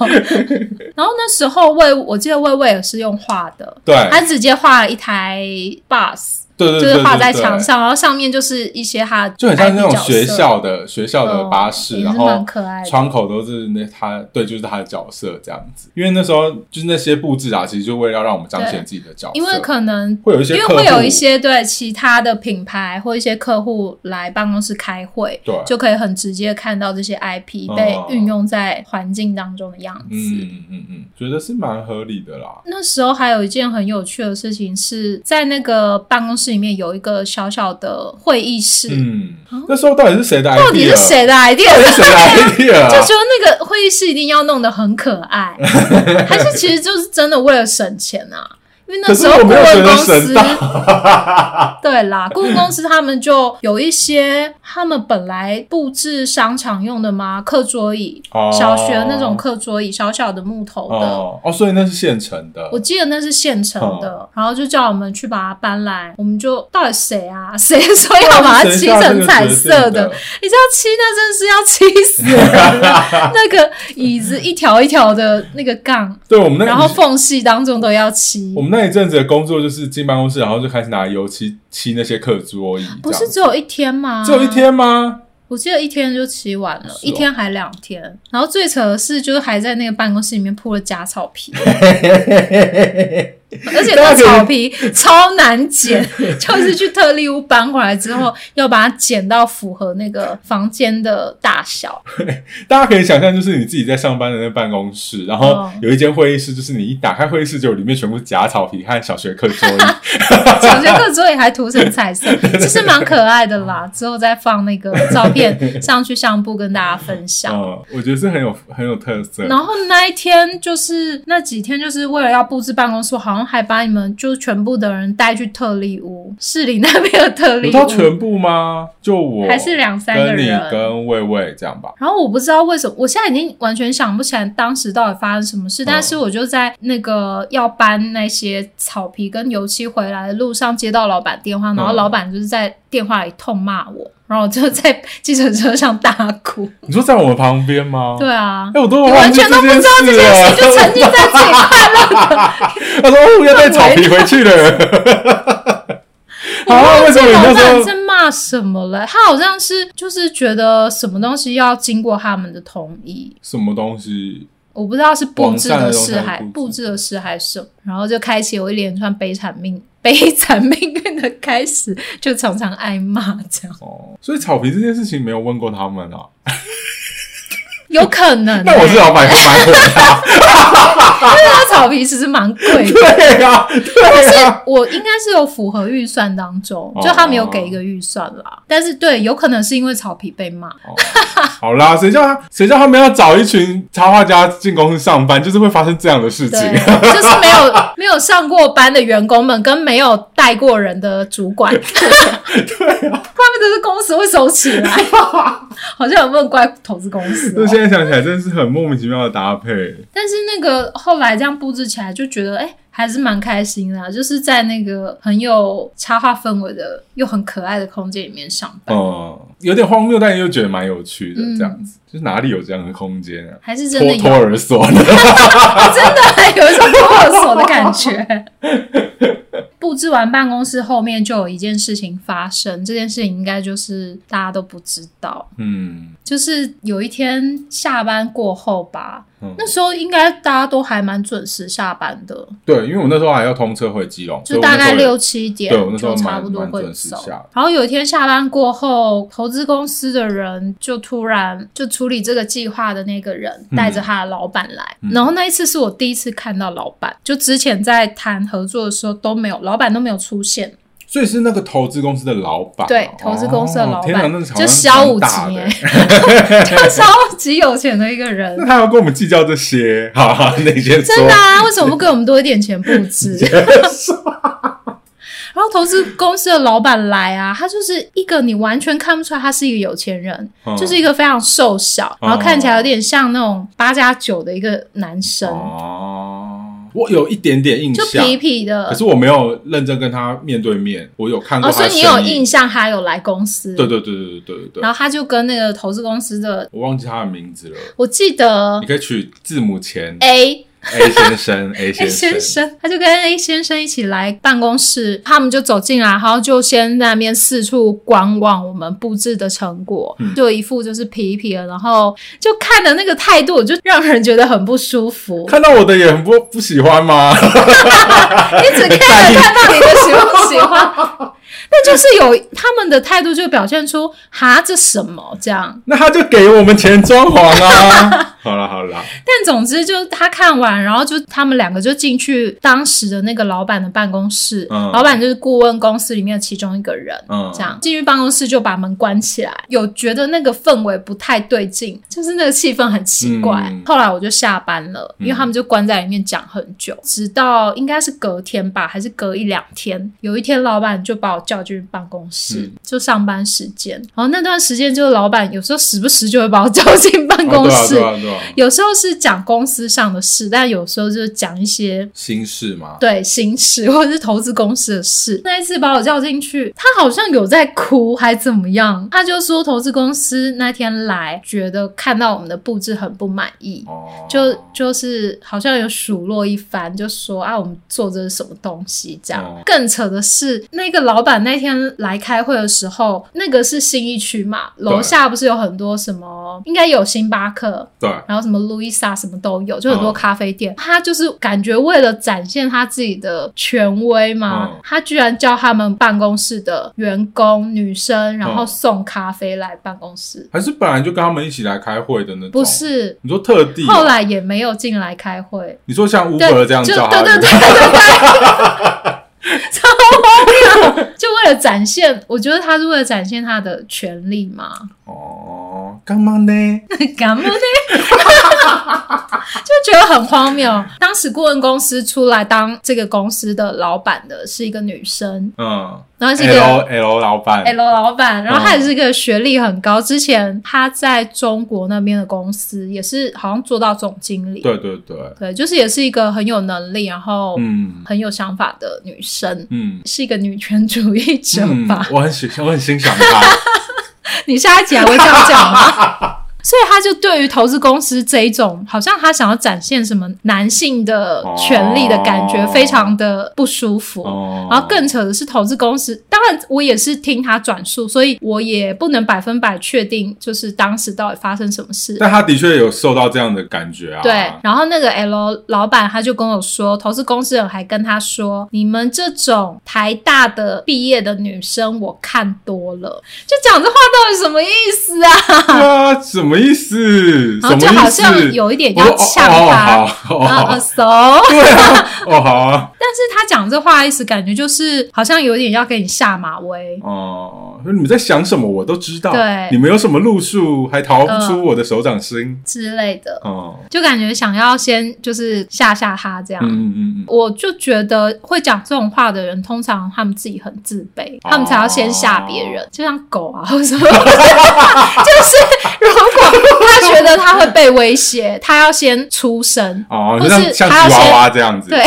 [SPEAKER 1] 然后那时候魏，我记得魏魏也是用画的，
[SPEAKER 2] 对，
[SPEAKER 1] 他直接画了一台 bus。
[SPEAKER 2] 对对,对,对对，
[SPEAKER 1] 就是画在墙上，然后上面就是一些他
[SPEAKER 2] 就很像那种学校的学校的巴士，
[SPEAKER 1] 哦、
[SPEAKER 2] 然后
[SPEAKER 1] 可爱
[SPEAKER 2] 窗口都是那他对，就是他的角色这样子。因为那时候就是那些布置啊，其实就为了要让我们彰显自己的角色，
[SPEAKER 1] 因为可能
[SPEAKER 2] 会有一些，
[SPEAKER 1] 因为会有一些对其他的品牌或一些客户来办公室开会，
[SPEAKER 2] 对，啊哦
[SPEAKER 1] 就可以很直接看到这些 IP 被运用在环境当中的样子。
[SPEAKER 2] 嗯嗯嗯嗯，觉得是蛮合理的啦。
[SPEAKER 1] 那时候还有一件很有趣的事情是在那个办公室。室里面有一个小小的会议室。
[SPEAKER 2] 嗯，那时候到底是谁的 idea？
[SPEAKER 1] 啊到底是谁的 idea？
[SPEAKER 2] 到底是谁的 idea？、
[SPEAKER 1] (laughs)
[SPEAKER 2] 啊、
[SPEAKER 1] 就说那个会议室一定要弄得很可爱，
[SPEAKER 2] (laughs)
[SPEAKER 1] 还是其实就是真的为了省钱啊？因为那时候顾问公司， (laughs)
[SPEAKER 2] (laughs)
[SPEAKER 1] 对啦，顾问公司他们就有一些，他们本来布置商场用的嘛，课桌椅，
[SPEAKER 2] 哦
[SPEAKER 1] 小学那种课桌椅，小小的木头的，
[SPEAKER 2] 哦哦，所以那是现成的
[SPEAKER 1] 我。记得那是现成的，
[SPEAKER 2] 嗯
[SPEAKER 1] 然后就叫我们去把它搬来，我们就到底谁啊？ (laughs) 谁说要把它漆成彩色
[SPEAKER 2] 啊
[SPEAKER 1] 的？你知道漆那真是要漆死
[SPEAKER 2] (laughs)
[SPEAKER 1] 人了，那个椅子一条一条的那个杠，
[SPEAKER 2] 对我们那
[SPEAKER 1] 然后缝隙当中都要漆
[SPEAKER 2] 我。们那一阵子的工作就是进办公室，然后就开始拿油漆漆那些课桌椅，
[SPEAKER 1] 不
[SPEAKER 2] 这
[SPEAKER 1] 是啊
[SPEAKER 2] 样
[SPEAKER 1] 只有一天吗？
[SPEAKER 2] 只有一，天吗？
[SPEAKER 1] 我记得一天就漆完了，
[SPEAKER 2] 是哦
[SPEAKER 1] 一天还两天。然后最扯的是，就是还在那个办公室里面铺了假草
[SPEAKER 2] (laughs)
[SPEAKER 1] 皮，而且那草皮超难剪，就是去特利屋搬回来之后，要把它剪到符合那个房间的大小。
[SPEAKER 2] 大家可以想象，就是你自己在上班的那办公室，然后
[SPEAKER 1] 嗯
[SPEAKER 2] 有一间会议室，就是你一打开会议室，就里面全部是假草皮和小学课桌椅。
[SPEAKER 1] (laughs) 小学课桌椅还涂成彩色，其实蛮可爱的啦。之后再放那个照片上去相簿跟大家分享。
[SPEAKER 2] 嗯，我觉得是很有很有特色。
[SPEAKER 1] 然后那一天就是那几天，就是为了要布置办公室，我好像还把你们就全部的人带去特例屋，市里那边的特例
[SPEAKER 2] 有
[SPEAKER 1] 屋，
[SPEAKER 2] 到全部吗？就我
[SPEAKER 1] 还是两三个
[SPEAKER 2] 跟你
[SPEAKER 1] 人。
[SPEAKER 2] 跟魏魏这样吧。
[SPEAKER 1] 然后我不知道为什么，我现在已经完全想不起来当时到底发生什么事，但是
[SPEAKER 2] 嗯
[SPEAKER 1] 我就在那个要搬那些草皮跟油漆回来的路上接到老板电话，然后
[SPEAKER 2] 嗯
[SPEAKER 1] 老板就是在电话里痛骂我，然后我就在计程车上大哭。
[SPEAKER 2] 你说在我们旁边吗？。
[SPEAKER 1] 对啊，
[SPEAKER 2] 哦 (laughs) 哎，我都
[SPEAKER 1] 你完全都不知道这件事，就沉浸在自己快乐 (laughs)
[SPEAKER 2] 他说：“哦，要带草皮回去了。
[SPEAKER 1] 我忘记老”
[SPEAKER 2] 好啊，为什么你那
[SPEAKER 1] 板
[SPEAKER 2] 时
[SPEAKER 1] 在
[SPEAKER 2] 候？
[SPEAKER 1] 骂什么了？他好像是就是觉得什么东西要经过他们的同意，
[SPEAKER 2] 什么东西？
[SPEAKER 1] 我不知道是布置的事
[SPEAKER 2] 网
[SPEAKER 1] 还
[SPEAKER 2] 站的东西
[SPEAKER 1] 布置的事还是什么，然后就开启我一连串悲惨命 (laughs) 悲惨命运的开始，就常常挨骂这样，
[SPEAKER 2] 哦，所以草皮这件事情没有问过他们啊。
[SPEAKER 1] 有可能、欸。
[SPEAKER 2] 那我是老板，会蛮
[SPEAKER 1] (laughs)
[SPEAKER 2] 火大。
[SPEAKER 1] 那草皮其实蛮贵的。
[SPEAKER 2] 对呀，对啊呀。
[SPEAKER 1] 我应该是有符合预算当中，就他没有给一
[SPEAKER 2] 哦
[SPEAKER 1] 个预算啦。但是对，有可能是因为草皮被骂，
[SPEAKER 2] 哦好啦，谁叫他谁叫他们要找一群插画家进公司上班，就是会发生这样的事情
[SPEAKER 1] 对，。就是没有没有上过班的员工们跟没有带过人的主管，怪 (laughs) 不得这公司会收起来，好像有问怪投资公司哦、
[SPEAKER 2] (laughs) 那现在想起来，真是很莫名其妙的搭配。
[SPEAKER 1] 但是那个后来这样布置起来，就觉得哎、还是蛮开心的啊、就是在那个很有插画氛围的又很可爱的空间里面上班，
[SPEAKER 2] 嗯，有点荒谬，但又觉得蛮有趣的。
[SPEAKER 1] 嗯
[SPEAKER 2] 这样子，就是哪里有这样的空间啊？
[SPEAKER 1] 还是真的
[SPEAKER 2] 脱
[SPEAKER 1] 有
[SPEAKER 2] 脱而所 (laughs) 的。
[SPEAKER 1] 真的有一种托儿所的感觉。布置完办公室后面就有一件事情发生，这件事情应该就是大家都不知道，
[SPEAKER 2] 嗯，
[SPEAKER 1] 就是有一天下班过后吧，
[SPEAKER 2] 嗯
[SPEAKER 1] 那时候应该大家都还蛮准时下班的，
[SPEAKER 2] 对，因为我那时候还要通车回基隆，所以
[SPEAKER 1] 就
[SPEAKER 2] 我那
[SPEAKER 1] 大
[SPEAKER 2] 时候
[SPEAKER 1] 概
[SPEAKER 2] 也
[SPEAKER 1] 六七点
[SPEAKER 2] 对我那时
[SPEAKER 1] 就
[SPEAKER 2] 候
[SPEAKER 1] 差
[SPEAKER 2] 蛮
[SPEAKER 1] 不多
[SPEAKER 2] 蛮
[SPEAKER 1] 会
[SPEAKER 2] 准时
[SPEAKER 1] 走
[SPEAKER 2] 下。
[SPEAKER 1] 然后有一天下班过后，投资公司的人就突然就处理这个计划的那个人
[SPEAKER 2] 嗯
[SPEAKER 1] 带着他的老板来，
[SPEAKER 2] 嗯
[SPEAKER 1] 然后那一次是我第一次看到老板，就之前在谈合作的时候都没有，老板都没有出现。
[SPEAKER 2] 所以是那个投资公司的老板哦，
[SPEAKER 1] 对，投资公司的老
[SPEAKER 2] 哦天哪
[SPEAKER 1] 板、
[SPEAKER 2] 那
[SPEAKER 1] 就小五级、欸， (laughs) 就超级有钱的一个人
[SPEAKER 2] (laughs) 那。他要跟我们计较这些， (laughs) 哈哈，那些
[SPEAKER 1] 真的啊，为什么不给我们多一点钱布置？(laughs)
[SPEAKER 2] (laughs)
[SPEAKER 1] 然后投资公司的老板来啊，他就是一个你完全看不出来他是一个有钱人，
[SPEAKER 2] 嗯
[SPEAKER 1] 啊就是一个非常瘦小，
[SPEAKER 2] 哦
[SPEAKER 1] 然后看起来有点像那种八加九的一个男生，
[SPEAKER 2] 哦，我有一点点印
[SPEAKER 1] 就
[SPEAKER 2] 象，
[SPEAKER 1] 痞痞的
[SPEAKER 2] 可。是我没有认真跟他面对面，我有看过
[SPEAKER 1] 哦，所
[SPEAKER 2] 他的
[SPEAKER 1] 以你
[SPEAKER 2] 身影，
[SPEAKER 1] 有印象他有来公司？
[SPEAKER 2] 对对对对对对对
[SPEAKER 1] 然
[SPEAKER 2] 对，
[SPEAKER 1] 后他就跟那个投资公司的，
[SPEAKER 2] 我忘记他的名字了，
[SPEAKER 1] 我记得
[SPEAKER 2] 你可以取字母前
[SPEAKER 1] A
[SPEAKER 2] A 先生 A
[SPEAKER 1] A 先
[SPEAKER 2] 生，
[SPEAKER 1] 生，他就跟 A 先生一起来办公室，他们就走进来，然后就先在那边四处观望我们布置的成果，
[SPEAKER 2] 嗯
[SPEAKER 1] 就一副就是皮皮的，然后就看的那个态度，就让人觉得很不舒 (laughs) 服，
[SPEAKER 2] 看到我的也很不不喜欢吗？
[SPEAKER 1] 一
[SPEAKER 2] (laughs)
[SPEAKER 1] 直看着看到你的喜欢不喜欢。 (laughs) 那就是有他们的态度就表现出哈这什么这样。
[SPEAKER 2] 那他就给我们钱装潢啊！ (laughs) 好了好了，
[SPEAKER 1] 但总之就他看完，然后就他们两个就进去当时的那个老板的办公室，
[SPEAKER 2] 嗯
[SPEAKER 1] 老板就是顾问公司里面的其中一个人，
[SPEAKER 2] 嗯
[SPEAKER 1] 这样进去办公室就把门关起来，有觉得那个氛围不太对劲，就是那个气氛很奇怪。
[SPEAKER 2] 嗯
[SPEAKER 1] 后来我就下班了，因为
[SPEAKER 2] 嗯
[SPEAKER 1] 他们就关在里面讲很久，直到应该是隔天吧，还是隔一两天，有一天老板就把我叫进去办公室，
[SPEAKER 2] 嗯
[SPEAKER 1] 就上班时间，然后那段时间就是老板有时候时不时就会把我叫进办
[SPEAKER 2] 哦
[SPEAKER 1] 公室。
[SPEAKER 2] 对啊对啊对啊，
[SPEAKER 1] 有时候是讲公司上的事，但有时候就是讲一些
[SPEAKER 2] 心事嘛，
[SPEAKER 1] 对心事 (laughs) 或者是投资公司的事。那一次把我叫进去，他好像有在哭还怎么样，他就说投资公司那天来，觉得看到我们的布置很不满意。
[SPEAKER 2] 哦，
[SPEAKER 1] 就就是好像有数落一番，就说啊，我们做这是什么东西这样。
[SPEAKER 2] 哦
[SPEAKER 1] 更扯的是，那个老板那天来开会的时候，那个是新一区嘛，楼下不是有很多什么，应该有星巴克，
[SPEAKER 2] 对，
[SPEAKER 1] 然后什么 Louisa 什么都有，就很多
[SPEAKER 2] 嗯
[SPEAKER 1] 咖啡店。他就是感觉为了展现他自己的权威嘛，
[SPEAKER 2] 嗯
[SPEAKER 1] 他居然叫他们办公室的员工女生，然后
[SPEAKER 2] 嗯
[SPEAKER 1] 送咖啡来办公室。
[SPEAKER 2] 还是本来就跟他们一起来开会的那种，
[SPEAKER 1] 不？是，
[SPEAKER 2] 你说特地哦、
[SPEAKER 1] 后来也没有进来开会。
[SPEAKER 2] 你说像 Uber
[SPEAKER 1] 对，
[SPEAKER 2] 这样
[SPEAKER 1] 就
[SPEAKER 2] 叫
[SPEAKER 1] 对
[SPEAKER 2] 他，
[SPEAKER 1] 对对对对对。 (laughs) 超荒谬！就为了展现，我觉得他是为了展现他的权利嘛。
[SPEAKER 2] 哦，干嘛呢？
[SPEAKER 1] (laughs) 干嘛呢？就觉得很荒谬。当时顾问公司出来当这个公司的老板的是一个女生，
[SPEAKER 2] 嗯
[SPEAKER 1] 然后是一
[SPEAKER 2] ，L
[SPEAKER 1] 个
[SPEAKER 2] L 老板
[SPEAKER 1] L 老板，然后
[SPEAKER 2] 嗯
[SPEAKER 1] 她也是一个学历很高，之前她在中国那边的公司也是好像做到总经理，
[SPEAKER 2] 对对对，
[SPEAKER 1] 对，就是也是一个很有能力，然后
[SPEAKER 2] 嗯
[SPEAKER 1] 很有想法的女生。
[SPEAKER 2] 嗯
[SPEAKER 1] 是一个女权主义者
[SPEAKER 2] 嗯
[SPEAKER 1] 吧？，
[SPEAKER 2] 我很喜我很欣
[SPEAKER 1] (laughs)
[SPEAKER 2] 赏他，
[SPEAKER 1] 你下一集还会这样讲吗？所以他就对于投资公司这一种，好像他想要展现什么男性的权利的感觉，
[SPEAKER 2] 哦
[SPEAKER 1] 非常的不舒服。
[SPEAKER 2] 哦，
[SPEAKER 1] 然后更扯的是，投资公司，当然我也是听他转述，所以我也不能百分百确定，就是当时到底发生什么事。
[SPEAKER 2] 但他的确有受到这样的感觉啊。
[SPEAKER 1] 对，然后那个 L 老板他就跟我说，投资公司人还跟他说，你们这种台大的毕业的女生，我看多了，就讲这话到底什么意思啊？
[SPEAKER 2] 对啊，什么
[SPEAKER 1] (laughs)
[SPEAKER 2] 意思？
[SPEAKER 1] 然后
[SPEAKER 2] 什么
[SPEAKER 1] 啊就好
[SPEAKER 2] 意
[SPEAKER 1] 像
[SPEAKER 2] 思？
[SPEAKER 1] 有一点
[SPEAKER 2] 我说
[SPEAKER 1] 要呛他，
[SPEAKER 2] 哦，好，哦
[SPEAKER 1] 啊
[SPEAKER 2] 好
[SPEAKER 1] 啊，熟。
[SPEAKER 2] 对啊，哦好啊，
[SPEAKER 1] 但是他讲这话的意思，感觉就是好像有点要给你下马威。
[SPEAKER 2] 哦，说你们在想什么，我都知道。
[SPEAKER 1] 对
[SPEAKER 2] 你们有什么路数，还逃不出我的手掌心。
[SPEAKER 1] 之类的，
[SPEAKER 2] 哦，
[SPEAKER 1] 就感觉想要先就是吓吓他这样。
[SPEAKER 2] 嗯嗯嗯嗯，
[SPEAKER 1] 我就觉得会讲这种话的人，通常他们自己很自卑，他们才要先
[SPEAKER 2] 哦
[SPEAKER 1] 吓别人，就像狗啊 (laughs) 或者什么，就是如果他觉得他会被威胁，他要先出声， (laughs)
[SPEAKER 2] 哦，
[SPEAKER 1] 或
[SPEAKER 2] 就是像像
[SPEAKER 1] 他要
[SPEAKER 2] 吉娃
[SPEAKER 1] 先
[SPEAKER 2] 娃这样子。
[SPEAKER 1] 对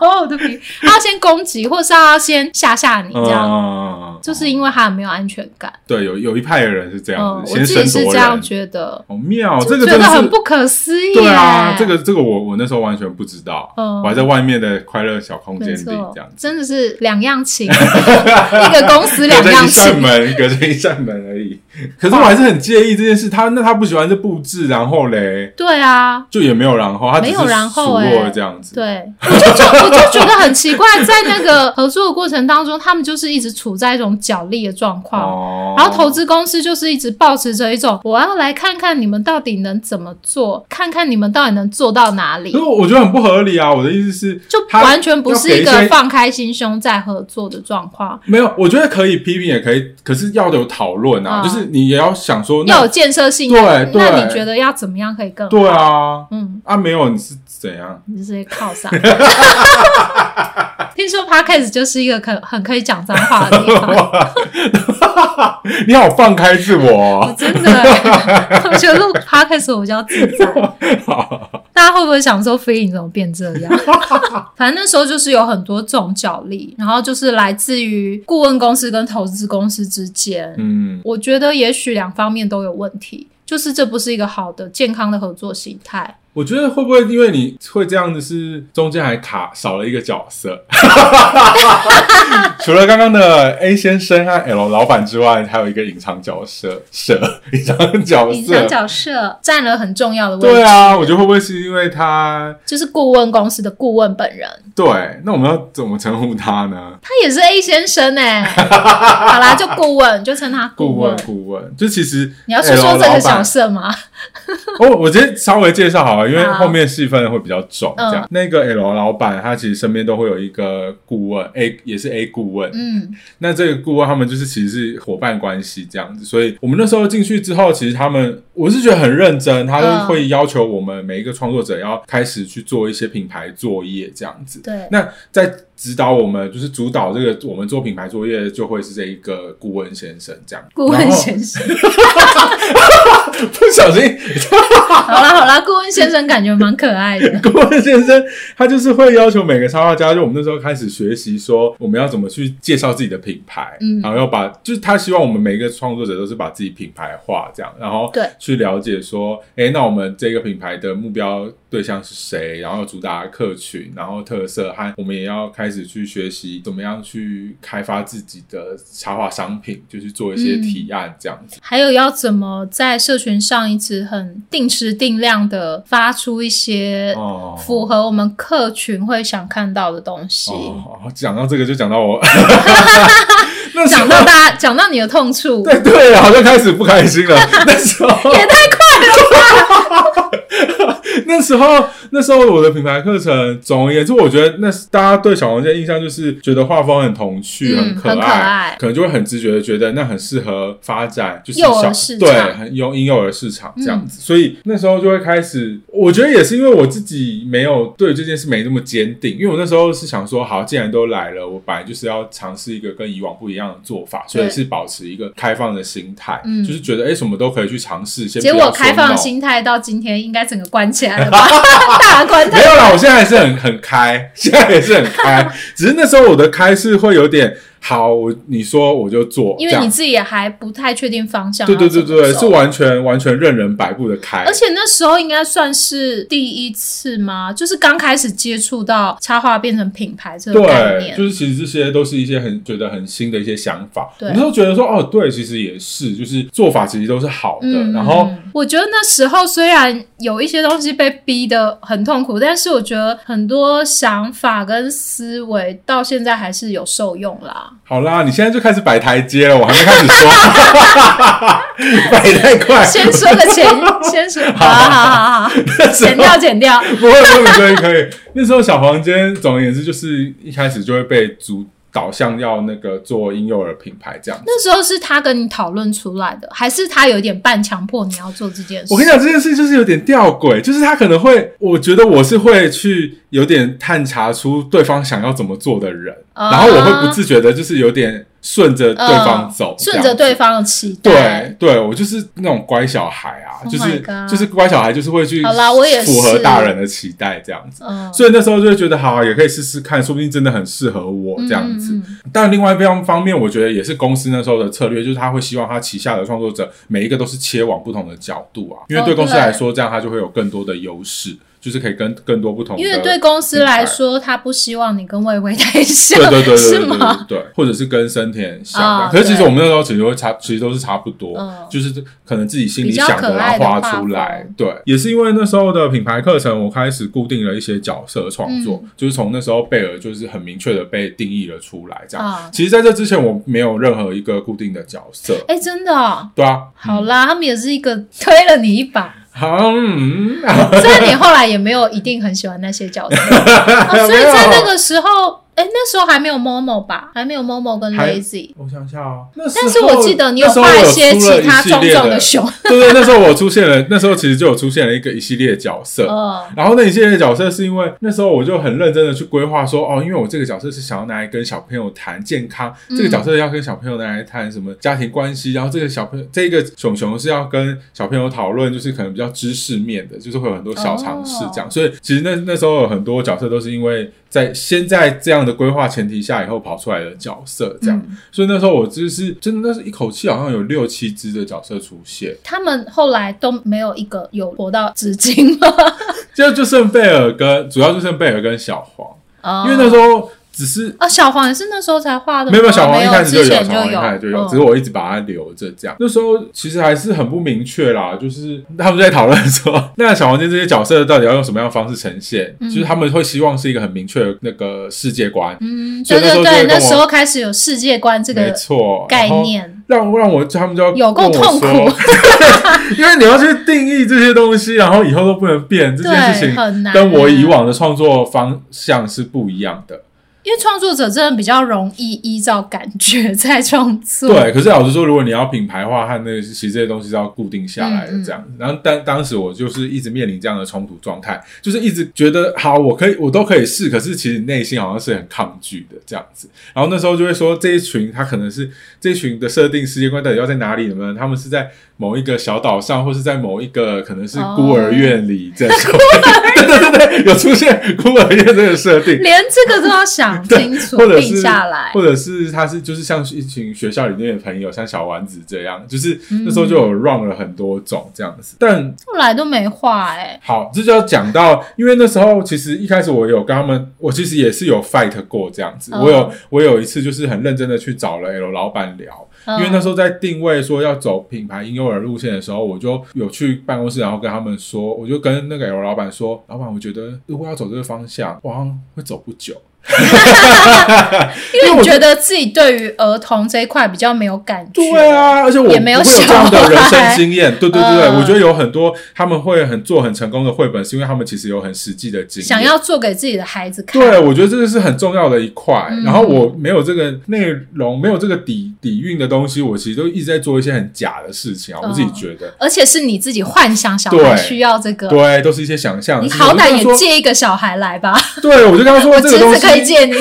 [SPEAKER 1] 哦，我的鼻，他要先攻击，或是他要先吓吓你
[SPEAKER 2] 嗯，
[SPEAKER 1] 这样。
[SPEAKER 2] 嗯，嗯嗯
[SPEAKER 1] 就是因为他很没有安全感。
[SPEAKER 2] 对，有有一派的人是这
[SPEAKER 1] 嗯
[SPEAKER 2] 样，子，
[SPEAKER 1] 我自
[SPEAKER 2] 先
[SPEAKER 1] 己
[SPEAKER 2] 声
[SPEAKER 1] 是
[SPEAKER 2] 夺
[SPEAKER 1] 这样
[SPEAKER 2] 人。
[SPEAKER 1] 觉得，
[SPEAKER 2] 好妙，
[SPEAKER 1] 就
[SPEAKER 2] 这个
[SPEAKER 1] 觉
[SPEAKER 2] 真
[SPEAKER 1] 得
[SPEAKER 2] 的
[SPEAKER 1] 很
[SPEAKER 2] 是。
[SPEAKER 1] 不可思议耶。
[SPEAKER 2] 对啊，这个这个我我那时候完全不知道，
[SPEAKER 1] 嗯
[SPEAKER 2] 我还在外面的快乐小空间
[SPEAKER 1] 没
[SPEAKER 2] 里
[SPEAKER 1] 错
[SPEAKER 2] 这样，子，
[SPEAKER 1] 真的是两样
[SPEAKER 2] (laughs)
[SPEAKER 1] 情，一个公司两
[SPEAKER 2] 隔着
[SPEAKER 1] 样
[SPEAKER 2] 一扇
[SPEAKER 1] 情。
[SPEAKER 2] 门，隔着一扇门而已。 (laughs) 可是我还是很介意这件事，他那他不喜欢这布置，然后嘞
[SPEAKER 1] 对啊，
[SPEAKER 2] 就也没有然后，他只
[SPEAKER 1] 没有
[SPEAKER 2] 是
[SPEAKER 1] 然后
[SPEAKER 2] 数
[SPEAKER 1] 欸
[SPEAKER 2] 落这样子。
[SPEAKER 1] 对，我就觉我就觉得很奇怪，在那个合作的过程当中，他们就是一直处在一种角力的状况。
[SPEAKER 2] 哦，
[SPEAKER 1] 然后投资公司就是一直保持着一种，我要来看看你们到底能怎么做，看看你们到底能做到哪里
[SPEAKER 2] 可。是我觉得很不合理啊！我的意思是，
[SPEAKER 1] 就
[SPEAKER 2] 他
[SPEAKER 1] 完全不是一
[SPEAKER 2] 要给
[SPEAKER 1] 个
[SPEAKER 2] 些
[SPEAKER 1] 放开心胸在合作的状况，
[SPEAKER 2] 没有，我觉得可以批评，也可以，可是要有讨论啊，
[SPEAKER 1] 嗯
[SPEAKER 2] 就是你也要想说，
[SPEAKER 1] 要
[SPEAKER 2] 那
[SPEAKER 1] 有建设性。啊那
[SPEAKER 2] 对对
[SPEAKER 1] 那你觉得要怎么样可以更好？
[SPEAKER 2] 对啊，
[SPEAKER 1] 嗯，
[SPEAKER 2] 啊没有，你是怎样？ (laughs)
[SPEAKER 1] 你就是靠上。 (laughs) 听说 podcast 就是一个可很可以讲脏话的地方，
[SPEAKER 2] (laughs) 你好，放开自我
[SPEAKER 1] (laughs)
[SPEAKER 2] (laughs) 哦。
[SPEAKER 1] 真的欸，我觉得录 podcast 我比较自在。大家会不会想说飞影怎么变这
[SPEAKER 2] (laughs)
[SPEAKER 1] 样？反正那时候就是有很多种角力，然后就是来自于顾问公司跟投资公司之间，
[SPEAKER 2] 嗯，
[SPEAKER 1] 我觉得也许两方面都有问题，就是这不是一个好的健康的合作形态。
[SPEAKER 2] 我觉得会不会因为你会这样子，是中间还卡少了一个角色？ (laughs) 除了刚刚的 A 先生和 L 老板之外，还有一个隐藏角色，社 (laughs) 隐藏角
[SPEAKER 1] 隐藏
[SPEAKER 2] 色。
[SPEAKER 1] 角色占了很重要的位置。
[SPEAKER 2] 哦啊对啊，我觉得会不会是因为他？
[SPEAKER 1] 就是顾问公司的顾问本人，
[SPEAKER 2] 对，那我们要怎么称呼他呢？
[SPEAKER 1] 他也是 A 先生
[SPEAKER 2] (laughs)
[SPEAKER 1] 哎、好啦，就顾问，就称他
[SPEAKER 2] 顾
[SPEAKER 1] 顾
[SPEAKER 2] 问，顾问，就其实
[SPEAKER 1] 你要说说
[SPEAKER 2] L
[SPEAKER 1] 这个
[SPEAKER 2] 老板
[SPEAKER 1] 角色吗？
[SPEAKER 2] 哦，我直接稍微介绍好了，因为
[SPEAKER 1] 好
[SPEAKER 2] 后面戏份会比较重。
[SPEAKER 1] 嗯
[SPEAKER 2] 这样，那个 L 老板他其实身边都会有一个顾问 A，也是 A 顾问。
[SPEAKER 1] 嗯，
[SPEAKER 2] 那这个顾问他们就是其实是伙伴关系这样子，所以我们那时候进去之后，其实他们我是觉得很认真，他
[SPEAKER 1] 嗯
[SPEAKER 2] 都会要求我们每一个创作者要开始去做一些品牌作业这样子。
[SPEAKER 1] 对，
[SPEAKER 2] 那在指导我们，就是主导这个我们做品牌作业，就会是这一个顾问先生这样。
[SPEAKER 1] 顾问先
[SPEAKER 2] (laughs)
[SPEAKER 1] 生。
[SPEAKER 2] 生，不小心
[SPEAKER 1] 好啦好啦，顾问先生感觉蛮可爱的。
[SPEAKER 2] (laughs) 顾问先生，他就是会要求每个插画家，就我们那时候开始学习说，我们要怎么去介绍自己的品牌，
[SPEAKER 1] 嗯
[SPEAKER 2] 然后要把，就是他希望我们每一个创作者都是把自己品牌化这样，然后
[SPEAKER 1] 对
[SPEAKER 2] 去了解说，哎，那我们这个品牌的目标对象是谁，然后主打客群，然后特色，和我们也要开始去学习怎么样去开发自己的插画商品，就是做一些
[SPEAKER 1] 嗯
[SPEAKER 2] 提案这样子。
[SPEAKER 1] 还有要怎么在社群上一直很定时定量的发出一些
[SPEAKER 2] 哦
[SPEAKER 1] 符合我们客群会想看到的东西，
[SPEAKER 2] 哦，讲到这个就讲到我， (laughs) 那时
[SPEAKER 1] (laughs)
[SPEAKER 2] 候
[SPEAKER 1] 讲到大家讲到你的痛处，
[SPEAKER 2] 对对，好像开始不开
[SPEAKER 1] (laughs)
[SPEAKER 2] 心了。那时候
[SPEAKER 1] 也太快
[SPEAKER 2] (laughs) 那时候那时候我的品牌课程，总而言之，我觉得那是大家对小黄健的印象就是觉得画风很童趣，
[SPEAKER 1] 嗯
[SPEAKER 2] 很可
[SPEAKER 1] 很可爱
[SPEAKER 2] 可能就会很直觉的觉得那很适合发展，就是
[SPEAKER 1] 幼儿
[SPEAKER 2] 小
[SPEAKER 1] 市
[SPEAKER 2] 对
[SPEAKER 1] 场
[SPEAKER 2] 很幼婴幼儿市场这样子。
[SPEAKER 1] 嗯
[SPEAKER 2] 所以那时候就会开始，我觉得也是因为我自己没有对这件事没那么坚定，因为我那时候是想说，好，既然都来了，我本来就是要尝试一个跟以往不一样的做法，所以
[SPEAKER 1] 对
[SPEAKER 2] 是保持一个开放的心态，
[SPEAKER 1] 嗯
[SPEAKER 2] 就是觉得哎、诶什么都可以去尝试。先
[SPEAKER 1] 结
[SPEAKER 2] 不要
[SPEAKER 1] 果
[SPEAKER 2] 说
[SPEAKER 1] 开放
[SPEAKER 2] no
[SPEAKER 1] 心态到今天应该整个关起来了
[SPEAKER 2] (laughs)
[SPEAKER 1] 吧？大关
[SPEAKER 2] 没
[SPEAKER 1] 太
[SPEAKER 2] 有啦，我现在还是很很开，现在也是很开，只是那时候我的开是会有点好，我你说我就做，
[SPEAKER 1] 因
[SPEAKER 2] 这
[SPEAKER 1] 为
[SPEAKER 2] 样
[SPEAKER 1] 你自己也还不太确定方向。
[SPEAKER 2] 对对对对，
[SPEAKER 1] 要怎
[SPEAKER 2] 是
[SPEAKER 1] 么走
[SPEAKER 2] 完全完全任人摆布的开，
[SPEAKER 1] 而且那时候应该算是第一次吗？就是刚开始接触到插画变成品牌这个概
[SPEAKER 2] 对，
[SPEAKER 1] 念
[SPEAKER 2] 就。是其实这些都是一些很觉得很新的一些想法，
[SPEAKER 1] 对
[SPEAKER 2] 我那时候觉得说哦，对，其实也是，就是做法其实都是好的，
[SPEAKER 1] 嗯，
[SPEAKER 2] 然后
[SPEAKER 1] 嗯我觉得那时候虽然有一些东西被逼得很痛苦，但是我觉得很多想法跟思维到现在还是有受用啦。
[SPEAKER 2] 好啦，你现在就开始摆台阶了，我还没开始说， (laughs) 摆太快，
[SPEAKER 1] 先说个前，先
[SPEAKER 2] (laughs)
[SPEAKER 1] 说，好好好好，好剪掉剪掉，
[SPEAKER 2] 不会，不会，可以，可以。那时候小黄间，总而言之，就是一开始就会被主导向要那个做婴幼儿品牌这样子。
[SPEAKER 1] 那时候是他跟你讨论出来的，还是他有点半强迫你要做这件事？
[SPEAKER 2] 我跟你讲，这件事就是有点吊诡，就是他可能会，我觉得我是会去有点探查出对方想要怎么做的人，
[SPEAKER 1] 啊嗯
[SPEAKER 2] 然后我会不自觉的，就是有点顺着对方走，
[SPEAKER 1] 呃顺着
[SPEAKER 2] 这样
[SPEAKER 1] 对
[SPEAKER 2] 子。
[SPEAKER 1] 方的期待。
[SPEAKER 2] 对对，我就是那种乖小孩啊
[SPEAKER 1] Oh
[SPEAKER 2] 就是
[SPEAKER 1] my god
[SPEAKER 2] 就是乖小孩，就是会去
[SPEAKER 1] 好啦我也
[SPEAKER 2] 符合
[SPEAKER 1] 是
[SPEAKER 2] 大人的期待这样子，
[SPEAKER 1] 嗯，
[SPEAKER 2] 所以那时候就会觉得好啊，也可以试试看，说不定真的很适合我这样子。
[SPEAKER 1] 嗯嗯嗯
[SPEAKER 2] 但另外一方方面，我觉得也是公司那时候的策略，就是他会希望他旗下的创作者每一个都是切往不同的角度啊，因为对公司来说，这样他就会有更多的优势，就是可以跟更多不同的。
[SPEAKER 1] 因为对公司来说，他不希望你跟魏巍太像，
[SPEAKER 2] 对对对对
[SPEAKER 1] 是
[SPEAKER 2] 对对
[SPEAKER 1] 吗？
[SPEAKER 2] 对，或者是跟森田相
[SPEAKER 1] 啊
[SPEAKER 2] 关。可是其实
[SPEAKER 1] 对
[SPEAKER 2] 我们那时候其实会差，其实都是差不多
[SPEAKER 1] 嗯，
[SPEAKER 2] 就是可能自己心里
[SPEAKER 1] 比较
[SPEAKER 2] 想
[SPEAKER 1] 可
[SPEAKER 2] 然后
[SPEAKER 1] 爱的
[SPEAKER 2] 画
[SPEAKER 1] 画
[SPEAKER 2] 出来
[SPEAKER 1] 风。
[SPEAKER 2] 对，也是因为那时候的品牌课程，我开始固定了一些角色创作，
[SPEAKER 1] 嗯
[SPEAKER 2] 就是从那时候贝尔就是很明确的被定义了出来。这样
[SPEAKER 1] 啊，
[SPEAKER 2] 其实在这之前我没有任何一个固定的角色。
[SPEAKER 1] 哎，真的哦、
[SPEAKER 2] 对啊，
[SPEAKER 1] 好啦，他们也是一个推了你一把，
[SPEAKER 2] 好，嗯， (laughs)
[SPEAKER 1] 虽然你后来也没有一定很喜欢那些角色，哦、所以在那个时候，哎，那时候还没有 Momo 吧，还没有 Momo 跟
[SPEAKER 2] 还
[SPEAKER 1] Lazy，
[SPEAKER 2] 我想想啊，那时候
[SPEAKER 1] 但是我记得你有
[SPEAKER 2] 那时候
[SPEAKER 1] 画
[SPEAKER 2] 我
[SPEAKER 1] 些
[SPEAKER 2] 出了
[SPEAKER 1] 其他
[SPEAKER 2] 一系
[SPEAKER 1] 壮
[SPEAKER 2] 列
[SPEAKER 1] 壮的
[SPEAKER 2] 的
[SPEAKER 1] 熊，
[SPEAKER 2] (laughs) 对对，那时候我出现了，那时候其实就有出现了一个一系列角色。
[SPEAKER 1] 嗯。
[SPEAKER 2] 然后那一系列角色是因为那时候我就很认真的去规划说，哦，因为我这个角色是想要拿来跟小朋友谈健康，
[SPEAKER 1] 嗯
[SPEAKER 2] 这个角色要跟小朋友拿来谈什么家庭关系，然后这个小朋友这个熊熊是要跟小朋友讨论，就是可能比较知识面的，就是会有很多小尝试这样。所以其实那那时候有很多角色都是因为在先在这样样的规划前提下，以后跑出来的角色这样。
[SPEAKER 1] 嗯
[SPEAKER 2] 所以那时候我就是真的，那是一口气好像有六七只的角色出现，
[SPEAKER 1] 他们后来都没有一个有活到至今了。
[SPEAKER 2] 就就剩贝尔跟主要就剩贝尔跟小黄，
[SPEAKER 1] 哦
[SPEAKER 2] 因为那时候只是
[SPEAKER 1] 啊，小黄也是那时候才画的吗，
[SPEAKER 2] 没有没有，小黄一开始就
[SPEAKER 1] 哦之前
[SPEAKER 2] 有，小黄一开始就有，
[SPEAKER 1] 嗯
[SPEAKER 2] 只是我一直把它留着这样。那时候其实还是很不明确啦，就是他们在讨论说， (laughs) 那小黄间这些角色到底要用什么样的方式呈现？就是他们会希望是一个很明确的那个世界观，
[SPEAKER 1] 嗯，
[SPEAKER 2] 所以
[SPEAKER 1] 对
[SPEAKER 2] 那时
[SPEAKER 1] 对
[SPEAKER 2] 候就会
[SPEAKER 1] 对，
[SPEAKER 2] 跟
[SPEAKER 1] 那
[SPEAKER 2] 我
[SPEAKER 1] 时候开始有世界观这
[SPEAKER 2] 没
[SPEAKER 1] 个
[SPEAKER 2] 错
[SPEAKER 1] 概。念，
[SPEAKER 2] 然后让让我他们就要
[SPEAKER 1] 有够
[SPEAKER 2] 跟我
[SPEAKER 1] 痛苦
[SPEAKER 2] 说， (laughs) 因为你要去定义这些东西，然后以后都不能变，这件事
[SPEAKER 1] 对，
[SPEAKER 2] 情
[SPEAKER 1] 很难。欸
[SPEAKER 2] 跟我以，往的创作方向是不一样的。
[SPEAKER 1] 因为创作者真的比较容易依照感觉 (laughs) 在创作，
[SPEAKER 2] 对，可是老实说，如果你要品牌化和那个，其实这些东西是要固定下来的
[SPEAKER 1] 嗯嗯
[SPEAKER 2] 这样。然后当当时我就是一直面临这样的冲突状态，就是一直觉得好，我可以，我都可以试，可是其实内心好像是很抗拒的这样子。然后那时候就会说，这一群他可能是这一群的设定世界观到底要在哪里呢？他们是在某一个小岛上，或是在某一个可能是孤
[SPEAKER 1] 哦
[SPEAKER 2] 儿院里这种。 (laughs) 对对对对，有出现孤儿院这个设定。
[SPEAKER 1] 连这个都要想清楚
[SPEAKER 2] 或者
[SPEAKER 1] 定
[SPEAKER 2] 是
[SPEAKER 1] 下来。
[SPEAKER 2] 或者是他是就是像一群学校里面的朋友，像小丸子这样，就是那时候就
[SPEAKER 1] 嗯
[SPEAKER 2] 有 run 了很多种这样子。但
[SPEAKER 1] 后来都没画哎、
[SPEAKER 2] 好，这就要讲到，因为那时候其实一开始我有跟他们，我其实也是有 fight 过这样子。
[SPEAKER 1] 嗯
[SPEAKER 2] 我有我有一次就是很认真的去找了 L 老板聊，
[SPEAKER 1] 嗯
[SPEAKER 2] 因为那时候在定位说要走品牌婴幼儿路线的时候，我就有去办公室，然后跟他们说，我就跟那个 L 老板说，老板，我觉得如果要走这个方向，我好像会走不久。
[SPEAKER 1] (laughs) 因为你觉得自己对于儿童这一块比较没有感觉，
[SPEAKER 2] 对，啊，而且我
[SPEAKER 1] 也没有
[SPEAKER 2] 我有
[SPEAKER 1] 小
[SPEAKER 2] 这样的人生
[SPEAKER 1] 孩
[SPEAKER 2] 经验，对对对对，
[SPEAKER 1] 嗯
[SPEAKER 2] 我觉得有很多他们会很做很成功的绘本，是因为他们其实有很实际的经验。
[SPEAKER 1] 想要做给自己的孩子看，
[SPEAKER 2] 对，啊我觉得这个是很重要的一块。
[SPEAKER 1] 嗯
[SPEAKER 2] 然后我没有这个内容，没有这个底底蕴的东西，我其实都一直在做一些很假的事情啊，我自己
[SPEAKER 1] 嗯
[SPEAKER 2] 觉得。
[SPEAKER 1] 而且是你自己幻想小孩
[SPEAKER 2] 对
[SPEAKER 1] 需要这个，
[SPEAKER 2] 对，都是一些想象的
[SPEAKER 1] 你
[SPEAKER 2] 事情。
[SPEAKER 1] 好歹
[SPEAKER 2] 我
[SPEAKER 1] 也
[SPEAKER 2] 就跟他说，
[SPEAKER 1] 借一个小孩来吧，
[SPEAKER 2] 对我就跟他说
[SPEAKER 1] 我 (laughs)
[SPEAKER 2] 这
[SPEAKER 1] 侄
[SPEAKER 2] 个东
[SPEAKER 1] 子
[SPEAKER 2] 西
[SPEAKER 1] 可以借你，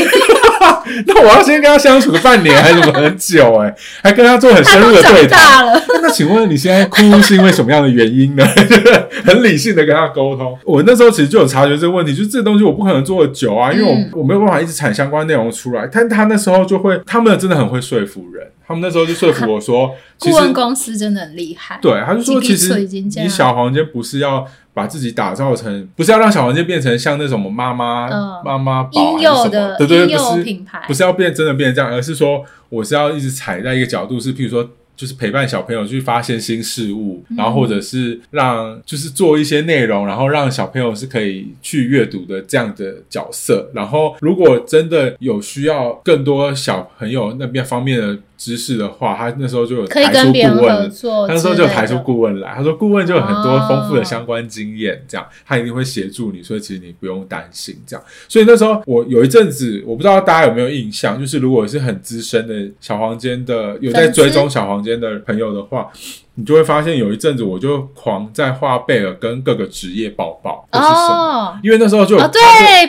[SPEAKER 2] 那我要先跟他相处个半年还是什么很久哎、还跟他做很
[SPEAKER 1] 他
[SPEAKER 2] 深入
[SPEAKER 1] 都
[SPEAKER 2] 的对
[SPEAKER 1] 长
[SPEAKER 2] 谈。
[SPEAKER 1] 大了，
[SPEAKER 2] (laughs) 那请问你现在哭是因为什么样的原因呢？ (laughs) 就是很理性的跟他沟通。我那时候其实就有察觉这个问题，就是这东西我不可能做的久啊，因为我、
[SPEAKER 1] 嗯
[SPEAKER 2] 我没有办法一直产相关内容出来。但他那时候就会，他们真的很会说服人，他们那时候就说服我说，其
[SPEAKER 1] 顾
[SPEAKER 2] 实
[SPEAKER 1] 问公司真的很厉害，
[SPEAKER 2] 对，他就说
[SPEAKER 1] 几
[SPEAKER 2] 其
[SPEAKER 1] 个
[SPEAKER 2] 实
[SPEAKER 1] 已经这
[SPEAKER 2] 你
[SPEAKER 1] 样
[SPEAKER 2] 小黄间不是要。把自己打造成，不是要让小黄间变成像那种妈妈、
[SPEAKER 1] 嗯
[SPEAKER 2] 妈妈宝
[SPEAKER 1] 婴
[SPEAKER 2] 还是
[SPEAKER 1] 幼
[SPEAKER 2] 什么
[SPEAKER 1] 的
[SPEAKER 2] 对对
[SPEAKER 1] 婴
[SPEAKER 2] 对，不
[SPEAKER 1] 幼
[SPEAKER 2] 是
[SPEAKER 1] 品牌
[SPEAKER 2] 不，是要变真的变这样，而是说我是要一直踩在一个角度，是譬如说。就是陪伴小朋友去发现新事物，然后或
[SPEAKER 1] 嗯
[SPEAKER 2] 者是让就是做一些内容，然后让小朋友是可以去阅读的这样的角色。然后如果真的有需要更多小朋友那边方面的知识的话，他那时候就有
[SPEAKER 1] 可以
[SPEAKER 2] 抬出
[SPEAKER 1] 跟别人
[SPEAKER 2] 顾
[SPEAKER 1] 合
[SPEAKER 2] 问，
[SPEAKER 1] 作哦之类
[SPEAKER 2] 他
[SPEAKER 1] 的，
[SPEAKER 2] 那时候就有抬出顾问来，他说顾问就有很多丰富的相关经验，
[SPEAKER 1] 哦
[SPEAKER 2] 这样他一定会协助你，所以其实你不用担心这样。所以那时候我有一阵子，我不知道大家有没有印象，就是如果是很资深的小黄间的有在
[SPEAKER 1] 粉丝
[SPEAKER 2] 追踪小黄间的朋友的话，你就会发现有一阵子我就狂在画贝尔跟各个职业报报，这是什么？
[SPEAKER 1] 哦。
[SPEAKER 2] 因为那时候就有
[SPEAKER 1] 哦，对，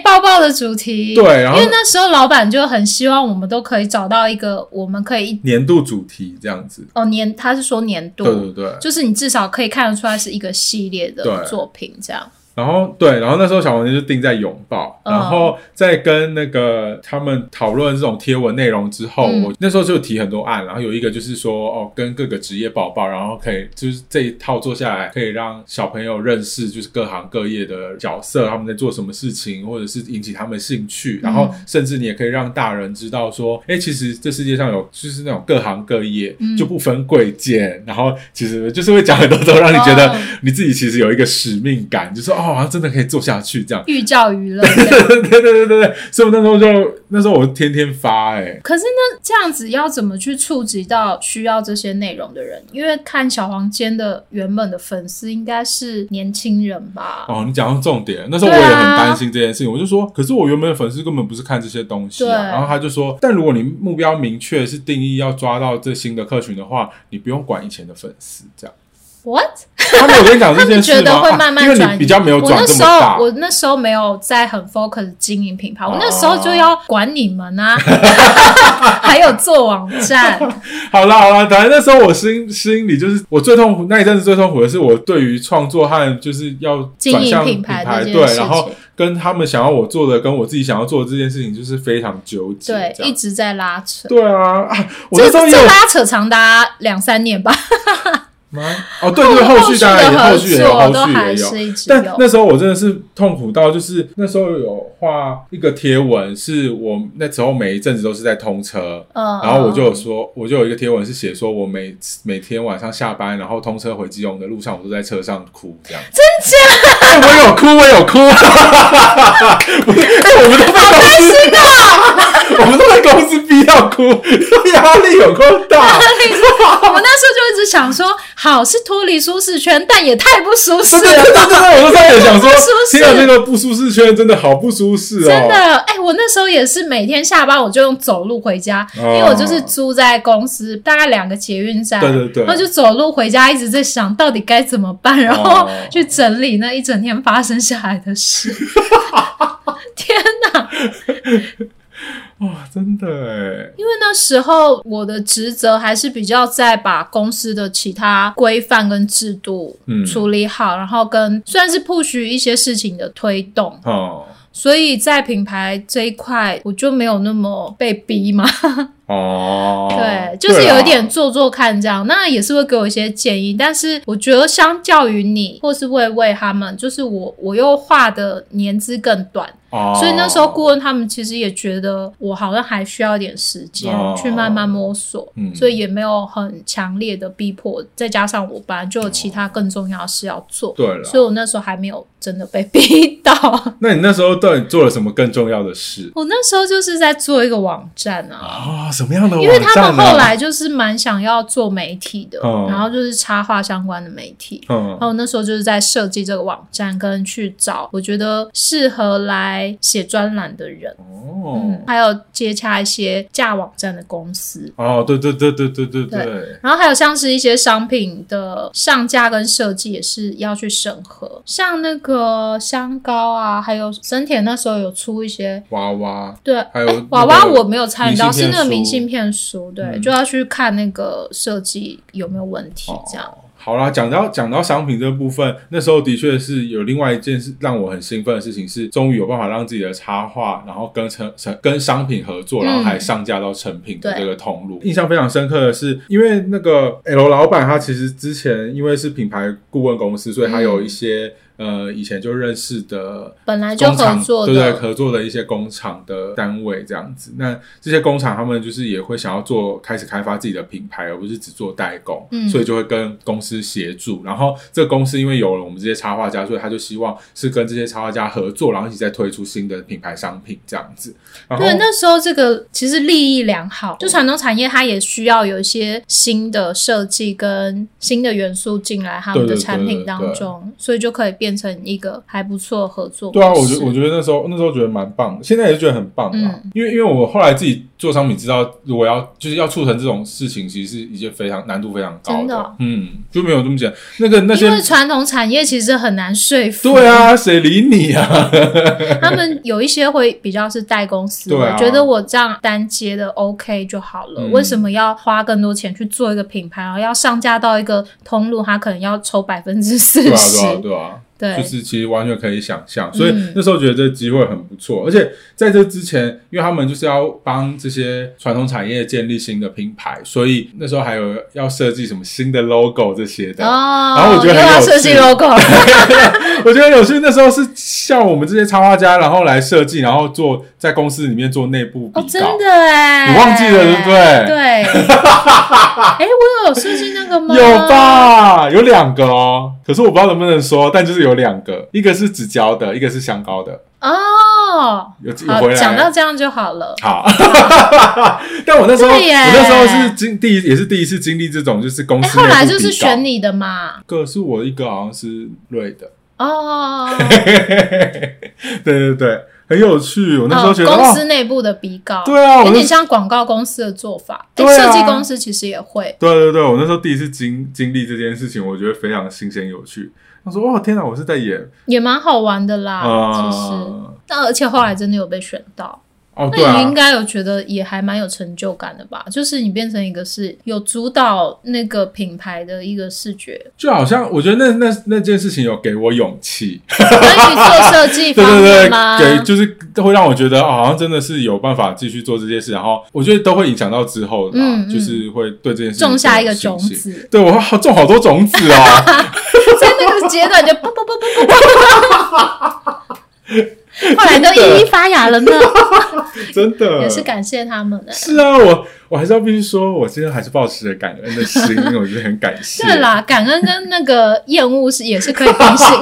[SPEAKER 1] 抱抱的主题，
[SPEAKER 2] 对然后
[SPEAKER 1] 因为那时候老板就很希望我们都可以找到一个，我们可以一
[SPEAKER 2] 年度主题这样子，
[SPEAKER 1] 哦年，他是说年度，
[SPEAKER 2] 对对对。
[SPEAKER 1] 就是你至少可以看得出来是一个系列的
[SPEAKER 2] 对
[SPEAKER 1] 作品，这样
[SPEAKER 2] 然后对，然后那时候小黄牛就定在拥抱，
[SPEAKER 1] 嗯
[SPEAKER 2] 然后在跟那个他们讨论这种贴文内容之后，
[SPEAKER 1] 嗯
[SPEAKER 2] 我那时候就提很多案，然后有一个就是说哦，跟各个职业报报，然后可以就是这一套做下来，可以让小朋友认识就是各行各业的角色，他们在做什么事情，或者是引起他们兴趣，
[SPEAKER 1] 嗯
[SPEAKER 2] 然后甚至你也可以让大人知道说，哎，其实这世界上有就是那种各行各业、
[SPEAKER 1] 嗯
[SPEAKER 2] 就不分贵贱，然后其实就是会讲很多都让你觉得
[SPEAKER 1] 哦。
[SPEAKER 2] 你自己其实有一个使命感，就说哦，好像真的可以做下去这样 (laughs)
[SPEAKER 1] 寓教于乐。这样
[SPEAKER 2] 对对对对对，所以我那时候就那时候我天天发哎、
[SPEAKER 1] 可是那这样子要怎么去触及到需要这些内容的人？因为看小黄间的原本的粉丝应该是年轻人吧？
[SPEAKER 2] 哦，你讲到重点，那时候我也
[SPEAKER 1] 对啊
[SPEAKER 2] 很担心这件事情，我就说，可是我原本的粉丝根本不是看这些东西、
[SPEAKER 1] 对
[SPEAKER 2] 啊，然后他就说，但如果你目标明确是定义要抓到这新的客群的话，你不用管以前的粉丝
[SPEAKER 1] (laughs)
[SPEAKER 2] 这样。
[SPEAKER 1] What？
[SPEAKER 2] 他们有跟你讲这
[SPEAKER 1] 他们
[SPEAKER 2] 件事吗？
[SPEAKER 1] 觉得会慢
[SPEAKER 2] 啊
[SPEAKER 1] 慢
[SPEAKER 2] 因为
[SPEAKER 1] 转
[SPEAKER 2] 你
[SPEAKER 1] 移，
[SPEAKER 2] 比较没有
[SPEAKER 1] 我
[SPEAKER 2] 转
[SPEAKER 1] 那
[SPEAKER 2] 这么
[SPEAKER 1] 时候
[SPEAKER 2] 大，
[SPEAKER 1] 我那时候没有在很 focus 经营品牌，我那时候
[SPEAKER 2] 哦
[SPEAKER 1] 就要管你们
[SPEAKER 2] (laughs)
[SPEAKER 1] 啊，还有做网站，
[SPEAKER 2] 好啦好啦，反正那时候我心心里就是我最痛苦那一阵子最痛苦的是我对于创作和就是要
[SPEAKER 1] 经
[SPEAKER 2] 转向
[SPEAKER 1] 营品
[SPEAKER 2] 牌
[SPEAKER 1] 牌这件
[SPEAKER 2] 对，
[SPEAKER 1] 事
[SPEAKER 2] 然后
[SPEAKER 1] 情
[SPEAKER 2] 跟他们想要我做的，跟我自己想要做的这件事情，就是非常纠结。
[SPEAKER 1] 对，
[SPEAKER 2] 这
[SPEAKER 1] 一
[SPEAKER 2] 样
[SPEAKER 1] 直在拉扯。
[SPEAKER 2] 对啊，啊我
[SPEAKER 1] 这
[SPEAKER 2] 那时候也有
[SPEAKER 1] 这拉扯长达两三年吧，
[SPEAKER 2] 妈哦，对对，
[SPEAKER 1] 后
[SPEAKER 2] 续当然也
[SPEAKER 1] 的合
[SPEAKER 2] 后续也有，
[SPEAKER 1] 作都
[SPEAKER 2] 后续也
[SPEAKER 1] 还
[SPEAKER 2] 有。
[SPEAKER 1] 是一直
[SPEAKER 2] 但
[SPEAKER 1] 有。嗯
[SPEAKER 2] 那时候我真的是痛苦到，就是那时候有画一个贴文，是我那时候每一阵子都是在通车，
[SPEAKER 1] 嗯，
[SPEAKER 2] 然后我就有说，我就有一个贴文是写说我每每天晚上下班，然后通车回基隆的路上，我都在车上哭，这样。真假？我有哭，我有哭。 (laughs) 不是，哎、我们都被公司，
[SPEAKER 1] 啊
[SPEAKER 2] (laughs) 我们都被公司逼到哭，压力有够大。
[SPEAKER 1] (laughs) 我们那时候就一直想说，好是脱离舒适圈，但也太不舒适
[SPEAKER 2] 对对对
[SPEAKER 1] 了吧。
[SPEAKER 2] 对对，我都差点想说
[SPEAKER 1] 不舒，适
[SPEAKER 2] 天啊，这个不舒适圈真的好不舒适哦。
[SPEAKER 1] 真的，哎、我那时候也是每天下班我就用走路回家，
[SPEAKER 2] 哦
[SPEAKER 1] 因为我就是租在公司大概两个捷运站，
[SPEAKER 2] 对对对
[SPEAKER 1] 然后就走路回家，一直在想到底该怎么办，然
[SPEAKER 2] 哦
[SPEAKER 1] 后去整理那一整天发生下来的事。天哪！
[SPEAKER 2] 哇，真的哎，
[SPEAKER 1] 因为那时候我的职责还是比较在把公司的其他规范跟制度
[SPEAKER 2] 嗯
[SPEAKER 1] 处理好，然后跟算是 push 一些事情的推动，
[SPEAKER 2] 哦
[SPEAKER 1] 所以在品牌这一块我就没有那么被逼嘛，
[SPEAKER 2] 哦，
[SPEAKER 1] 对，就是
[SPEAKER 2] 对啦
[SPEAKER 1] 有一点做做看这样，那也是会给我一些建议，但是我觉得相较于你或是魏魏他们，就是我我又画的年资更短，
[SPEAKER 2] 哦，
[SPEAKER 1] 所以那时候顾问他们其实也觉得我好像还需要一点时间
[SPEAKER 2] 哦
[SPEAKER 1] 去慢慢摸索，
[SPEAKER 2] 嗯
[SPEAKER 1] 所以也没有很强烈的逼迫。再加上我本来就有其他更重要的事要做，
[SPEAKER 2] 对了
[SPEAKER 1] 所以我那时候还没有真的被逼到。 (laughs)
[SPEAKER 2] 那你那时候到底做了什么更重要的事
[SPEAKER 1] 我那时候就是在做一个网站啊，
[SPEAKER 2] 啊、什么样的网
[SPEAKER 1] 因为他
[SPEAKER 2] 站
[SPEAKER 1] 们
[SPEAKER 2] 呢？
[SPEAKER 1] 后来就是蛮想要做媒体的，
[SPEAKER 2] 嗯
[SPEAKER 1] 然后就是插画相关的媒体。
[SPEAKER 2] 嗯
[SPEAKER 1] 然后那时候就是在设计这个网站，跟去找我觉得适合来写专栏的人，嗯
[SPEAKER 2] 哦，
[SPEAKER 1] 还有接洽一些架网站的公司，
[SPEAKER 2] 哦，对对对对对对
[SPEAKER 1] 对
[SPEAKER 2] 对，
[SPEAKER 1] 然后还有像是一些商品的上架跟设计也是要去审核，像那个香膏啊，还有森田那时候有出一些。
[SPEAKER 2] 娃娃
[SPEAKER 1] 对，
[SPEAKER 2] 还有
[SPEAKER 1] 诶
[SPEAKER 2] 那个
[SPEAKER 1] 娃娃我没有参与到，
[SPEAKER 2] 明信
[SPEAKER 1] 是
[SPEAKER 2] 片
[SPEAKER 1] 那个
[SPEAKER 2] 书嗯
[SPEAKER 1] 明信片书，对，就要去看那个设计有没有问题，这样。
[SPEAKER 2] 哦好啦，讲到讲到商品这部分，那时候的确是有另外一件事让我很兴奋的事情是，终于有办法让自己的插画，然后跟成成跟商品合
[SPEAKER 1] 嗯
[SPEAKER 2] 作，然后还上架到成品的
[SPEAKER 1] 对
[SPEAKER 2] 这个通路。印象非常深刻的是，因为那个 L 老板他其实之前因为是品牌顾问公司，所以他有一些、呃以前就认识的
[SPEAKER 1] 本来就
[SPEAKER 2] 工
[SPEAKER 1] 合
[SPEAKER 2] 厂
[SPEAKER 1] 作
[SPEAKER 2] 对对
[SPEAKER 1] 的，
[SPEAKER 2] 合作的一些工厂的单位这样子。那这些工厂他们就是也会想要做开始开发自己的品牌，而不是只做代工，
[SPEAKER 1] 嗯
[SPEAKER 2] 所以就会跟公司协助。然后这个公司因为有了我们这些插画家，所以他就希望是跟这些插画家合作，然后一起再推出新的品牌商品这样子。然后
[SPEAKER 1] 对，那时候这个其实利益良好，就传统产业它也需要有一些新的设计跟新的元素进来他们
[SPEAKER 2] 对
[SPEAKER 1] 的
[SPEAKER 2] 对对
[SPEAKER 1] 产品当
[SPEAKER 2] 对
[SPEAKER 1] 中，所以就可以变成一个还不错的合作模
[SPEAKER 2] 对啊，我
[SPEAKER 1] 式
[SPEAKER 2] 觉我觉得那时候那时候觉得蛮棒的，现在也觉得很棒啦。因为因为我后来自己做商品，知道如果要就是要促成这种事情，其实是一件非常难度非常高
[SPEAKER 1] 真的哦
[SPEAKER 2] 嗯，就没有这么简单。那个那些
[SPEAKER 1] 因为传统产业其实很难说服，
[SPEAKER 2] 对，啊，谁理你啊？
[SPEAKER 1] 他们有一些会比较是代公司，
[SPEAKER 2] 对啊
[SPEAKER 1] 觉得我这样单接的 OK 就好了，
[SPEAKER 2] 嗯
[SPEAKER 1] 为什么要花更多钱去做一个品牌，然后要上架到一个通路，它可能要抽百分之四 (laughs)
[SPEAKER 2] 对啊，对啊，
[SPEAKER 1] 十，
[SPEAKER 2] 对啊，就
[SPEAKER 1] 对，
[SPEAKER 2] 是其实完全可以想象，所以
[SPEAKER 1] 嗯
[SPEAKER 2] 那时候觉得这机会很不错。而且在这之前，因为他们就是要帮这些传统产业建立新的品牌，所以那时候还有要设计什么新的 logo 这些的。
[SPEAKER 1] 哦，
[SPEAKER 2] 啊然后我觉得
[SPEAKER 1] 又
[SPEAKER 2] 很有
[SPEAKER 1] 要设计
[SPEAKER 2] 趣
[SPEAKER 1] logo，了
[SPEAKER 2] 我觉得有趣，那时候是像我们这些插画家，然后来设计，然后做在公司里面做内部比
[SPEAKER 1] 哦，真
[SPEAKER 2] 稿。
[SPEAKER 1] 的哎，
[SPEAKER 2] 你忘记了对不对 (laughs)
[SPEAKER 1] 对，哎，我有设计那个吗？
[SPEAKER 2] 有？吧？有两个哦，可是我不知道能不能说，但就是有两个，一个是纸胶的，一个是香膏的，
[SPEAKER 1] 哦，
[SPEAKER 2] 有有回
[SPEAKER 1] 好，
[SPEAKER 2] 来。
[SPEAKER 1] 讲到这样就好了。
[SPEAKER 2] 好， (laughs) 但我那时候，我
[SPEAKER 1] 对耶
[SPEAKER 2] 那时候是经第一也是第一次经历这种，就是公
[SPEAKER 1] 哎，
[SPEAKER 2] 司
[SPEAKER 1] 后
[SPEAKER 2] 内部
[SPEAKER 1] 来
[SPEAKER 2] 比
[SPEAKER 1] 就是
[SPEAKER 2] 稿
[SPEAKER 1] 选你的嘛
[SPEAKER 2] 一。个是我一个好像是瑞的，
[SPEAKER 1] 哦，
[SPEAKER 2] (laughs) 对对对，很有趣。我那时候觉得、
[SPEAKER 1] 哦、
[SPEAKER 2] 哇
[SPEAKER 1] 公司内部的比稿，
[SPEAKER 2] 对啊我
[SPEAKER 1] 有
[SPEAKER 2] 那
[SPEAKER 1] 点像广告公司的做法。哎
[SPEAKER 2] 对
[SPEAKER 1] 设
[SPEAKER 2] 啊
[SPEAKER 1] 计公司其实也会。
[SPEAKER 2] 对对对，我那时候第一次经经历这件事情，我觉得非常新鲜有趣。他说：“哦，天哪，我是在演
[SPEAKER 1] 也蛮好玩的啦，
[SPEAKER 2] 啊、
[SPEAKER 1] 其实。那而且后来真的有被选到，
[SPEAKER 2] 哦，对
[SPEAKER 1] 那
[SPEAKER 2] 啊
[SPEAKER 1] 你，应该有觉得也还蛮有成就感的吧？就是你变成一个是有主导那个品牌的一个视觉，
[SPEAKER 2] 就好像我觉得那那那件事情有给我勇气，
[SPEAKER 1] 那你做设计
[SPEAKER 2] (laughs) 对
[SPEAKER 1] 方
[SPEAKER 2] 对
[SPEAKER 1] 面
[SPEAKER 2] 对，
[SPEAKER 1] 吗？
[SPEAKER 2] 给就是会让我觉得哦，好像真的是有办法继续做这些事，然后我觉得都会影响到之后的啊，
[SPEAKER 1] 嗯嗯
[SPEAKER 2] 就是会对这件事情
[SPEAKER 1] 种下一个种
[SPEAKER 2] 有信心。
[SPEAKER 1] 子，
[SPEAKER 2] 对我好种好多种子哦，
[SPEAKER 1] 在那个阶段就不不不不不不，后来都一一发芽了呢。
[SPEAKER 2] (laughs) 真的
[SPEAKER 1] 也是感谢他们的。
[SPEAKER 2] 是啊，我我还是要必须说，我今天还是抱持着感恩的心，我觉得很感谢。
[SPEAKER 1] 对啦，感恩跟那个厌恶是也是可以并行，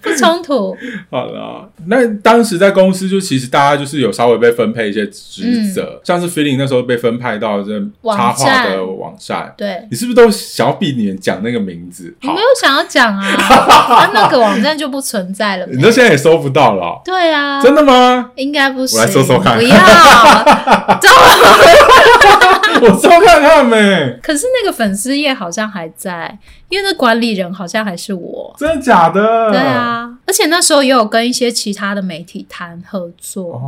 [SPEAKER 1] 不冲突。
[SPEAKER 2] 好啦，那当时在公司就其实大家就是有稍微被分配一些职
[SPEAKER 1] 嗯
[SPEAKER 2] 责，像是 Feeling 那时候被分派到这插画的网站，
[SPEAKER 1] 对，
[SPEAKER 2] 你是不是都想要避免讲那个名字？
[SPEAKER 1] 你没
[SPEAKER 2] 好，
[SPEAKER 1] 有想要讲啊，他那个网站就不存在了呗。
[SPEAKER 2] 你到现在也搜不到了哦、
[SPEAKER 1] 对啊，
[SPEAKER 2] 真的吗？
[SPEAKER 1] 应该不行。
[SPEAKER 2] 我来搜搜看 (laughs)
[SPEAKER 1] 不要。啊
[SPEAKER 2] (laughs) 我搜看看呗，
[SPEAKER 1] 可是那个粉丝页好像还在，因为那管理人好像还是我。
[SPEAKER 2] 真的假的？
[SPEAKER 1] 对，啊，而且那时候也有跟一些其他的媒体谈合作。
[SPEAKER 2] 哦，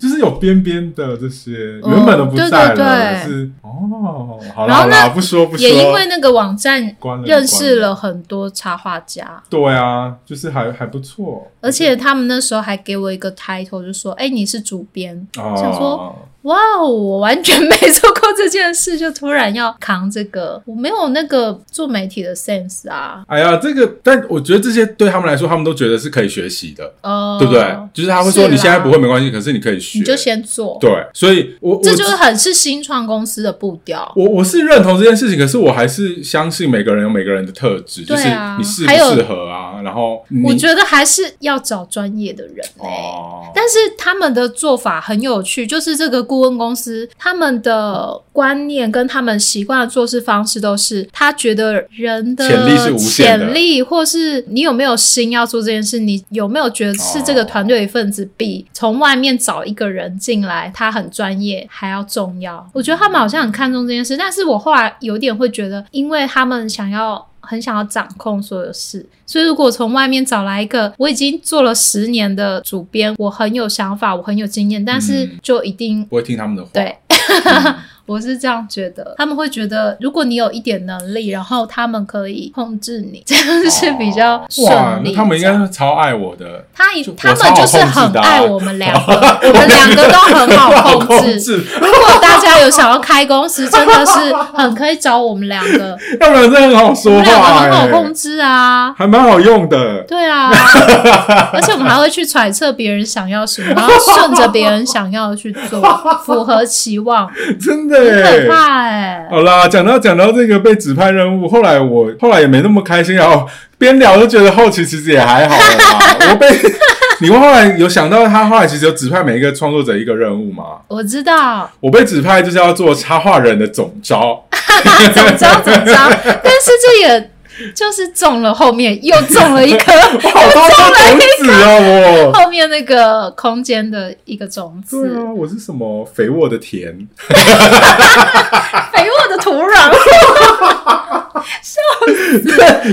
[SPEAKER 2] 就是有边边的这些，
[SPEAKER 1] 哦
[SPEAKER 2] 原本都不在了，
[SPEAKER 1] 对对对
[SPEAKER 2] 是哦，好啦
[SPEAKER 1] 然后
[SPEAKER 2] 好
[SPEAKER 1] 呢
[SPEAKER 2] 啦，不说不说，
[SPEAKER 1] 也因为那个网站
[SPEAKER 2] 关了
[SPEAKER 1] 认识。
[SPEAKER 2] 关
[SPEAKER 1] 了很多插画家，
[SPEAKER 2] 对啊，就是还还不错，
[SPEAKER 1] 而且他们那时候还给我一个 title，就说：“哎、你是主编。
[SPEAKER 2] 啊，
[SPEAKER 1] 想说哇哦，我完全没做过这件事，就突然要扛这个，我没有那个做媒体的 sense 啊。
[SPEAKER 2] 哎呀，这个，但我觉得这些对他们来说，他们都觉得是可以学习的，
[SPEAKER 1] 哦、
[SPEAKER 2] 对不对？就是他会说
[SPEAKER 1] 是啦
[SPEAKER 2] 你现在不会没关系，可是你可以学，
[SPEAKER 1] 你就先做，
[SPEAKER 2] 对。所以我，我
[SPEAKER 1] 这就是很是新创公司的步调。
[SPEAKER 2] 我我是认同这件事情，可是我还是相信每个人有每个人的特质，就
[SPEAKER 1] 对
[SPEAKER 2] 是
[SPEAKER 1] 啊
[SPEAKER 2] 你适不
[SPEAKER 1] 还有
[SPEAKER 2] 适合啊，然后你
[SPEAKER 1] 我觉得还是要找专业的人哎、
[SPEAKER 2] 哦，
[SPEAKER 1] 但是他们的做法很有趣，就是这个顾问公司他们的观念跟他们习惯的做事方式都是，他觉得人的
[SPEAKER 2] 潜力是无限的
[SPEAKER 1] 潜力或是你有没有心要做这件事，你有没有觉得是这个团队的一份子，比从外面找一个人进来，他很专业还要重要。我觉得他们好像很看重这件事，但是我后来有点会觉得，因为他们想要。很想要掌控所有事，所以如果从外面找来一个我已经做了十年的主编，我很有想法，我很有经验，但是
[SPEAKER 2] 嗯
[SPEAKER 1] 就一定、
[SPEAKER 2] 不会听他们的话，
[SPEAKER 1] 对 (laughs)
[SPEAKER 2] 嗯
[SPEAKER 1] 我是这样觉得。他们会觉得，如果你有一点能力，然后他们可以控制你，这样是比较
[SPEAKER 2] 哦哇
[SPEAKER 1] 顺，利。
[SPEAKER 2] 那他们应
[SPEAKER 1] 这
[SPEAKER 2] 该
[SPEAKER 1] 样
[SPEAKER 2] 是超爱我的，
[SPEAKER 1] 他一
[SPEAKER 2] 就
[SPEAKER 1] 他
[SPEAKER 2] 我超
[SPEAKER 1] 们
[SPEAKER 2] 好
[SPEAKER 1] 就是
[SPEAKER 2] 控制
[SPEAKER 1] 很
[SPEAKER 2] 的啊
[SPEAKER 1] 爱我们两
[SPEAKER 2] (laughs)
[SPEAKER 1] 个，我们两个都很好控制。
[SPEAKER 2] 制，
[SPEAKER 1] 如果大家有想要开公司，真的是很可以找我们两个，
[SPEAKER 2] (laughs) 要不然真的很好
[SPEAKER 1] 我
[SPEAKER 2] 说
[SPEAKER 1] 们两
[SPEAKER 2] 话、
[SPEAKER 1] 个
[SPEAKER 2] 欸，
[SPEAKER 1] 很好控制啊。
[SPEAKER 2] 还蛮好用的。
[SPEAKER 1] 对
[SPEAKER 2] (laughs)
[SPEAKER 1] 啊，而且我们还会去揣测别人想要什么，然后顺着别人想要的去
[SPEAKER 2] (laughs)
[SPEAKER 1] 做，符合期望，
[SPEAKER 2] 真的
[SPEAKER 1] 很
[SPEAKER 2] 耶
[SPEAKER 1] 可！怕哎、
[SPEAKER 2] 好啦，讲到讲到这个被指派任务，后来我后来也没那么开心，然后边聊就觉得后期其实也还好啦。
[SPEAKER 1] (laughs)
[SPEAKER 2] 我被你后来有想到他后来其实有指派每一个创作者一个任务吗？
[SPEAKER 1] 我知道，啊
[SPEAKER 2] 我被指派就是要做插画人的总
[SPEAKER 1] (laughs)
[SPEAKER 2] 招，
[SPEAKER 1] 怎么着怎么着，但是这也就是中了后面又中了一颗
[SPEAKER 2] 我 (laughs) 好多颗种子哦，
[SPEAKER 1] 后面那个空间的一个种
[SPEAKER 2] 我。对
[SPEAKER 1] 子，
[SPEAKER 2] 啊，我是什么肥沃的田？
[SPEAKER 1] 肥沃的土壤。
[SPEAKER 2] (laughs)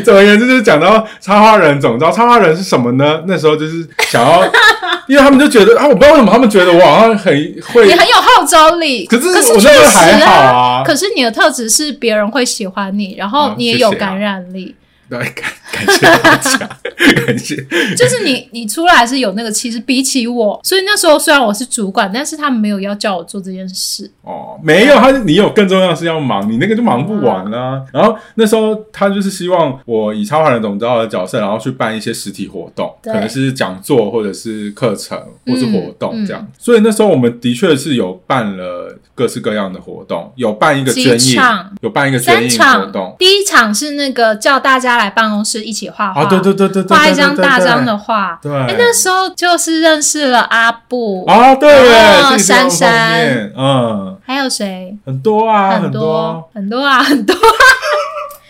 [SPEAKER 2] 总而言之，就是讲到插画人总招，插画人是什么呢？那时候就是
[SPEAKER 1] (laughs)
[SPEAKER 2] 想要，因为他们就觉得啊，我不知道为什么他们觉得我好像很会
[SPEAKER 1] 你很有号召力，
[SPEAKER 2] 可
[SPEAKER 1] 可
[SPEAKER 2] 是
[SPEAKER 1] 是
[SPEAKER 2] 我
[SPEAKER 1] 确
[SPEAKER 2] 觉得
[SPEAKER 1] 实
[SPEAKER 2] 还好啊
[SPEAKER 1] 可是你的特质是别人会喜欢你，然
[SPEAKER 2] 啊
[SPEAKER 1] 后你也
[SPEAKER 2] 谢谢
[SPEAKER 1] 有
[SPEAKER 2] 啊
[SPEAKER 1] 感染力，
[SPEAKER 2] 对，感感谢大家， (laughs) 感谢。
[SPEAKER 1] 就是
[SPEAKER 2] (laughs)
[SPEAKER 1] 你你出来是有那个气质。比起我，所以那时候虽然我是主管，但是他们没有要叫我做这件事。
[SPEAKER 2] 哦，没有，他你有更重要的事要忙，你那个就忙不完
[SPEAKER 1] 嗯
[SPEAKER 2] 啦、然后那时候他就是希望我以插画人总招的角色，然后去办一些实体活动，可
[SPEAKER 1] 对
[SPEAKER 2] 能是讲座或者是课程或是活动
[SPEAKER 1] 嗯
[SPEAKER 2] 这样。所以那时候我们的确是有办了各式各样的活动，有办一个捐
[SPEAKER 1] 几
[SPEAKER 2] 印
[SPEAKER 1] 场，
[SPEAKER 2] 有办一个捐
[SPEAKER 1] 三
[SPEAKER 2] 印活
[SPEAKER 1] 场
[SPEAKER 2] 动，。
[SPEAKER 1] 第一场是那个叫大家来办公室一起画画，
[SPEAKER 2] 啊，对对对对对，
[SPEAKER 1] 画一
[SPEAKER 2] 对
[SPEAKER 1] 张大张，的
[SPEAKER 2] 对
[SPEAKER 1] 画。
[SPEAKER 2] 对对
[SPEAKER 1] 哎，那时候就是认识了阿布，
[SPEAKER 2] 啊，对耶，
[SPEAKER 1] 哦
[SPEAKER 2] 自己在
[SPEAKER 1] 珊珊
[SPEAKER 2] 后面，嗯，
[SPEAKER 1] 还有谁？
[SPEAKER 2] 很多啊，很啊
[SPEAKER 1] 多很多啊， (laughs) 很多。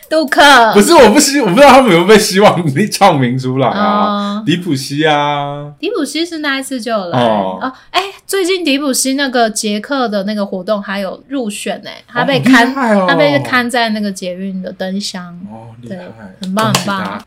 [SPEAKER 1] 杜克
[SPEAKER 2] (laughs) 不是，我不希，我不知道他们有没有被希望你唱名出来啊
[SPEAKER 1] 哦，
[SPEAKER 2] 李普希啊，
[SPEAKER 1] 迪普西是那一次就有来
[SPEAKER 2] 哦
[SPEAKER 1] 哦，哎、最近迪普西那个捷克的那个活动还有入选呢、他被
[SPEAKER 2] 好厉
[SPEAKER 1] 刊，
[SPEAKER 2] 害哦
[SPEAKER 1] 他被刊在那个捷运的灯箱，
[SPEAKER 2] 哦，厉
[SPEAKER 1] 对
[SPEAKER 2] 害，
[SPEAKER 1] 很棒
[SPEAKER 2] 恭喜
[SPEAKER 1] 很棒
[SPEAKER 2] 他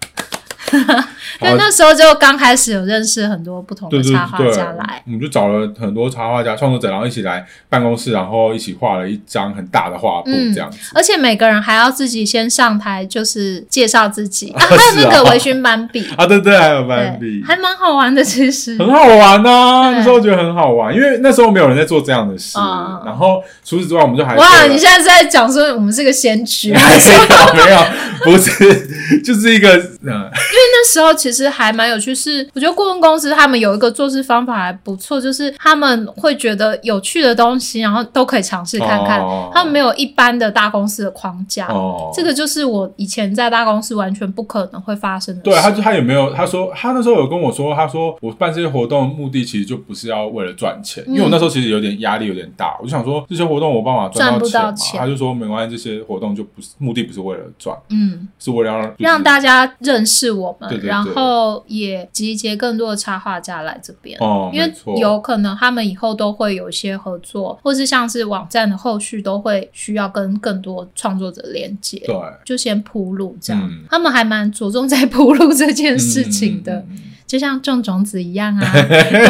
[SPEAKER 1] 对，那时候就刚开始有认识很多不同的
[SPEAKER 2] 对对
[SPEAKER 1] 插画
[SPEAKER 2] 对
[SPEAKER 1] 家来，
[SPEAKER 2] 我们就找了很多插画家、创作者，然后一起来办公室，然后一起画了一张很大的画布，
[SPEAKER 1] 嗯
[SPEAKER 2] 这样子。
[SPEAKER 1] 而且每个人还要自己先上台，就是介绍自己，啊、还有
[SPEAKER 2] 是
[SPEAKER 1] 那
[SPEAKER 2] (laughs) 啊
[SPEAKER 1] 个微醺斑比，
[SPEAKER 2] 啊，对对，还有
[SPEAKER 1] 对
[SPEAKER 2] (laughs) 斑比，，
[SPEAKER 1] 还蛮好玩的，其实。
[SPEAKER 2] 很好玩呐、
[SPEAKER 1] 对
[SPEAKER 2] 那时候觉得很好玩，因为那时候没有人在做这样的事。
[SPEAKER 1] 嗯
[SPEAKER 2] 然后除此之外，我们就还
[SPEAKER 1] 哇，
[SPEAKER 2] 做了
[SPEAKER 1] 你现在是在讲说我们是个先驱 (laughs)
[SPEAKER 2] (laughs) 没，有没有，不是，就是一个嗯，
[SPEAKER 1] 那时候其实还蛮有趣是，我觉得顾问公司他们有一个做事方法还不错，就是他们会觉得有趣的东西，然后都可以尝试看看。
[SPEAKER 2] 哦
[SPEAKER 1] 他们没有一般的大公司的框架，
[SPEAKER 2] 哦，
[SPEAKER 1] 啊这个就是我以前在大公司完全不可能会发生的事。
[SPEAKER 2] 对，啊他就他也没有，他说他那时候有跟我说，他说我办这些活动目的其实就不是要为了赚钱，因为我
[SPEAKER 1] 嗯
[SPEAKER 2] 那时候其实有点压力有点大，我就想说这些活动我办法赚
[SPEAKER 1] 赚不到
[SPEAKER 2] 嘛，
[SPEAKER 1] 钱
[SPEAKER 2] 他就说没关系，这些活动就不是目的不是为了赚，
[SPEAKER 1] 嗯，
[SPEAKER 2] 是为了让、就是、
[SPEAKER 1] 让大家认识我们，
[SPEAKER 2] 对对对
[SPEAKER 1] 然后也集结更多的插画家来这边。
[SPEAKER 2] 哦，
[SPEAKER 1] 因为
[SPEAKER 2] 没错
[SPEAKER 1] 有可能他们以后都会有一些合作，或是像是网站的后续都会需要跟更多创作者连接。
[SPEAKER 2] 对啊
[SPEAKER 1] 就先铺路这样，
[SPEAKER 2] 嗯
[SPEAKER 1] 他们还蛮着重在铺路这件事情的，
[SPEAKER 2] 嗯嗯嗯嗯
[SPEAKER 1] 就像种种子一
[SPEAKER 2] (laughs)
[SPEAKER 1] 样啊，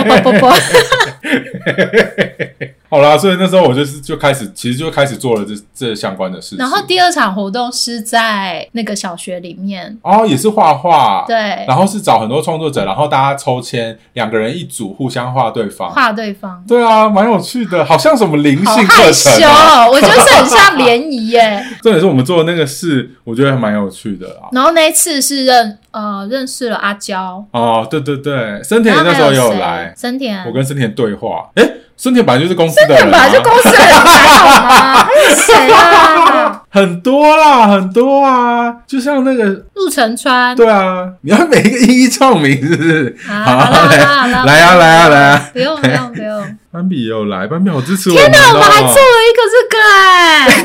[SPEAKER 1] 啵啵啵啵，
[SPEAKER 2] 好啦，所以那时候我就是就开始，其实就开始做了这这相关的事情，
[SPEAKER 1] 然后第二场活动是在那个小学里面，
[SPEAKER 2] 哦也是画画，
[SPEAKER 1] 对，
[SPEAKER 2] 然后是找很多创作者，然后大家抽签，两个人一组互相画对方。
[SPEAKER 1] 画对方。
[SPEAKER 2] 对啊，蛮有趣的，好像什么灵
[SPEAKER 1] 好
[SPEAKER 2] 性
[SPEAKER 1] 害
[SPEAKER 2] 课
[SPEAKER 1] 羞
[SPEAKER 2] 程、啊。
[SPEAKER 1] 哦，我就是很像联谊耶。
[SPEAKER 2] 重点是我们做的那个事，我觉得还蛮有趣的啊啦。
[SPEAKER 1] 然后那一次是认呃认识了阿娇，
[SPEAKER 2] 哦，对对对，森田
[SPEAKER 1] 然
[SPEAKER 2] 也
[SPEAKER 1] 后
[SPEAKER 2] 那时候
[SPEAKER 1] 还
[SPEAKER 2] 也
[SPEAKER 1] 有
[SPEAKER 2] 有
[SPEAKER 1] 谁
[SPEAKER 2] 来，
[SPEAKER 1] 森田，
[SPEAKER 2] 我跟森田对话。诶，森田本来就是公司
[SPEAKER 1] 森
[SPEAKER 2] 的人、
[SPEAKER 1] 田
[SPEAKER 2] 啊，
[SPEAKER 1] 本来就公司的人，还好吗？还有
[SPEAKER 2] (laughs)
[SPEAKER 1] 谁啊？
[SPEAKER 2] 很多啦，很多啊，就像那个，
[SPEAKER 1] 陆晨川，
[SPEAKER 2] 对啊，你要每一个一一唱名，是不是？
[SPEAKER 1] 啊
[SPEAKER 2] 好
[SPEAKER 1] 好啦好
[SPEAKER 2] 来
[SPEAKER 1] 啦好啦
[SPEAKER 2] (laughs) 来啊来啊来啊！
[SPEAKER 1] 不用不用不用，
[SPEAKER 2] 斑比也有来，斑比好支持我们、哦。天
[SPEAKER 1] 我们还做了一个这个哎、
[SPEAKER 2] (laughs) 啊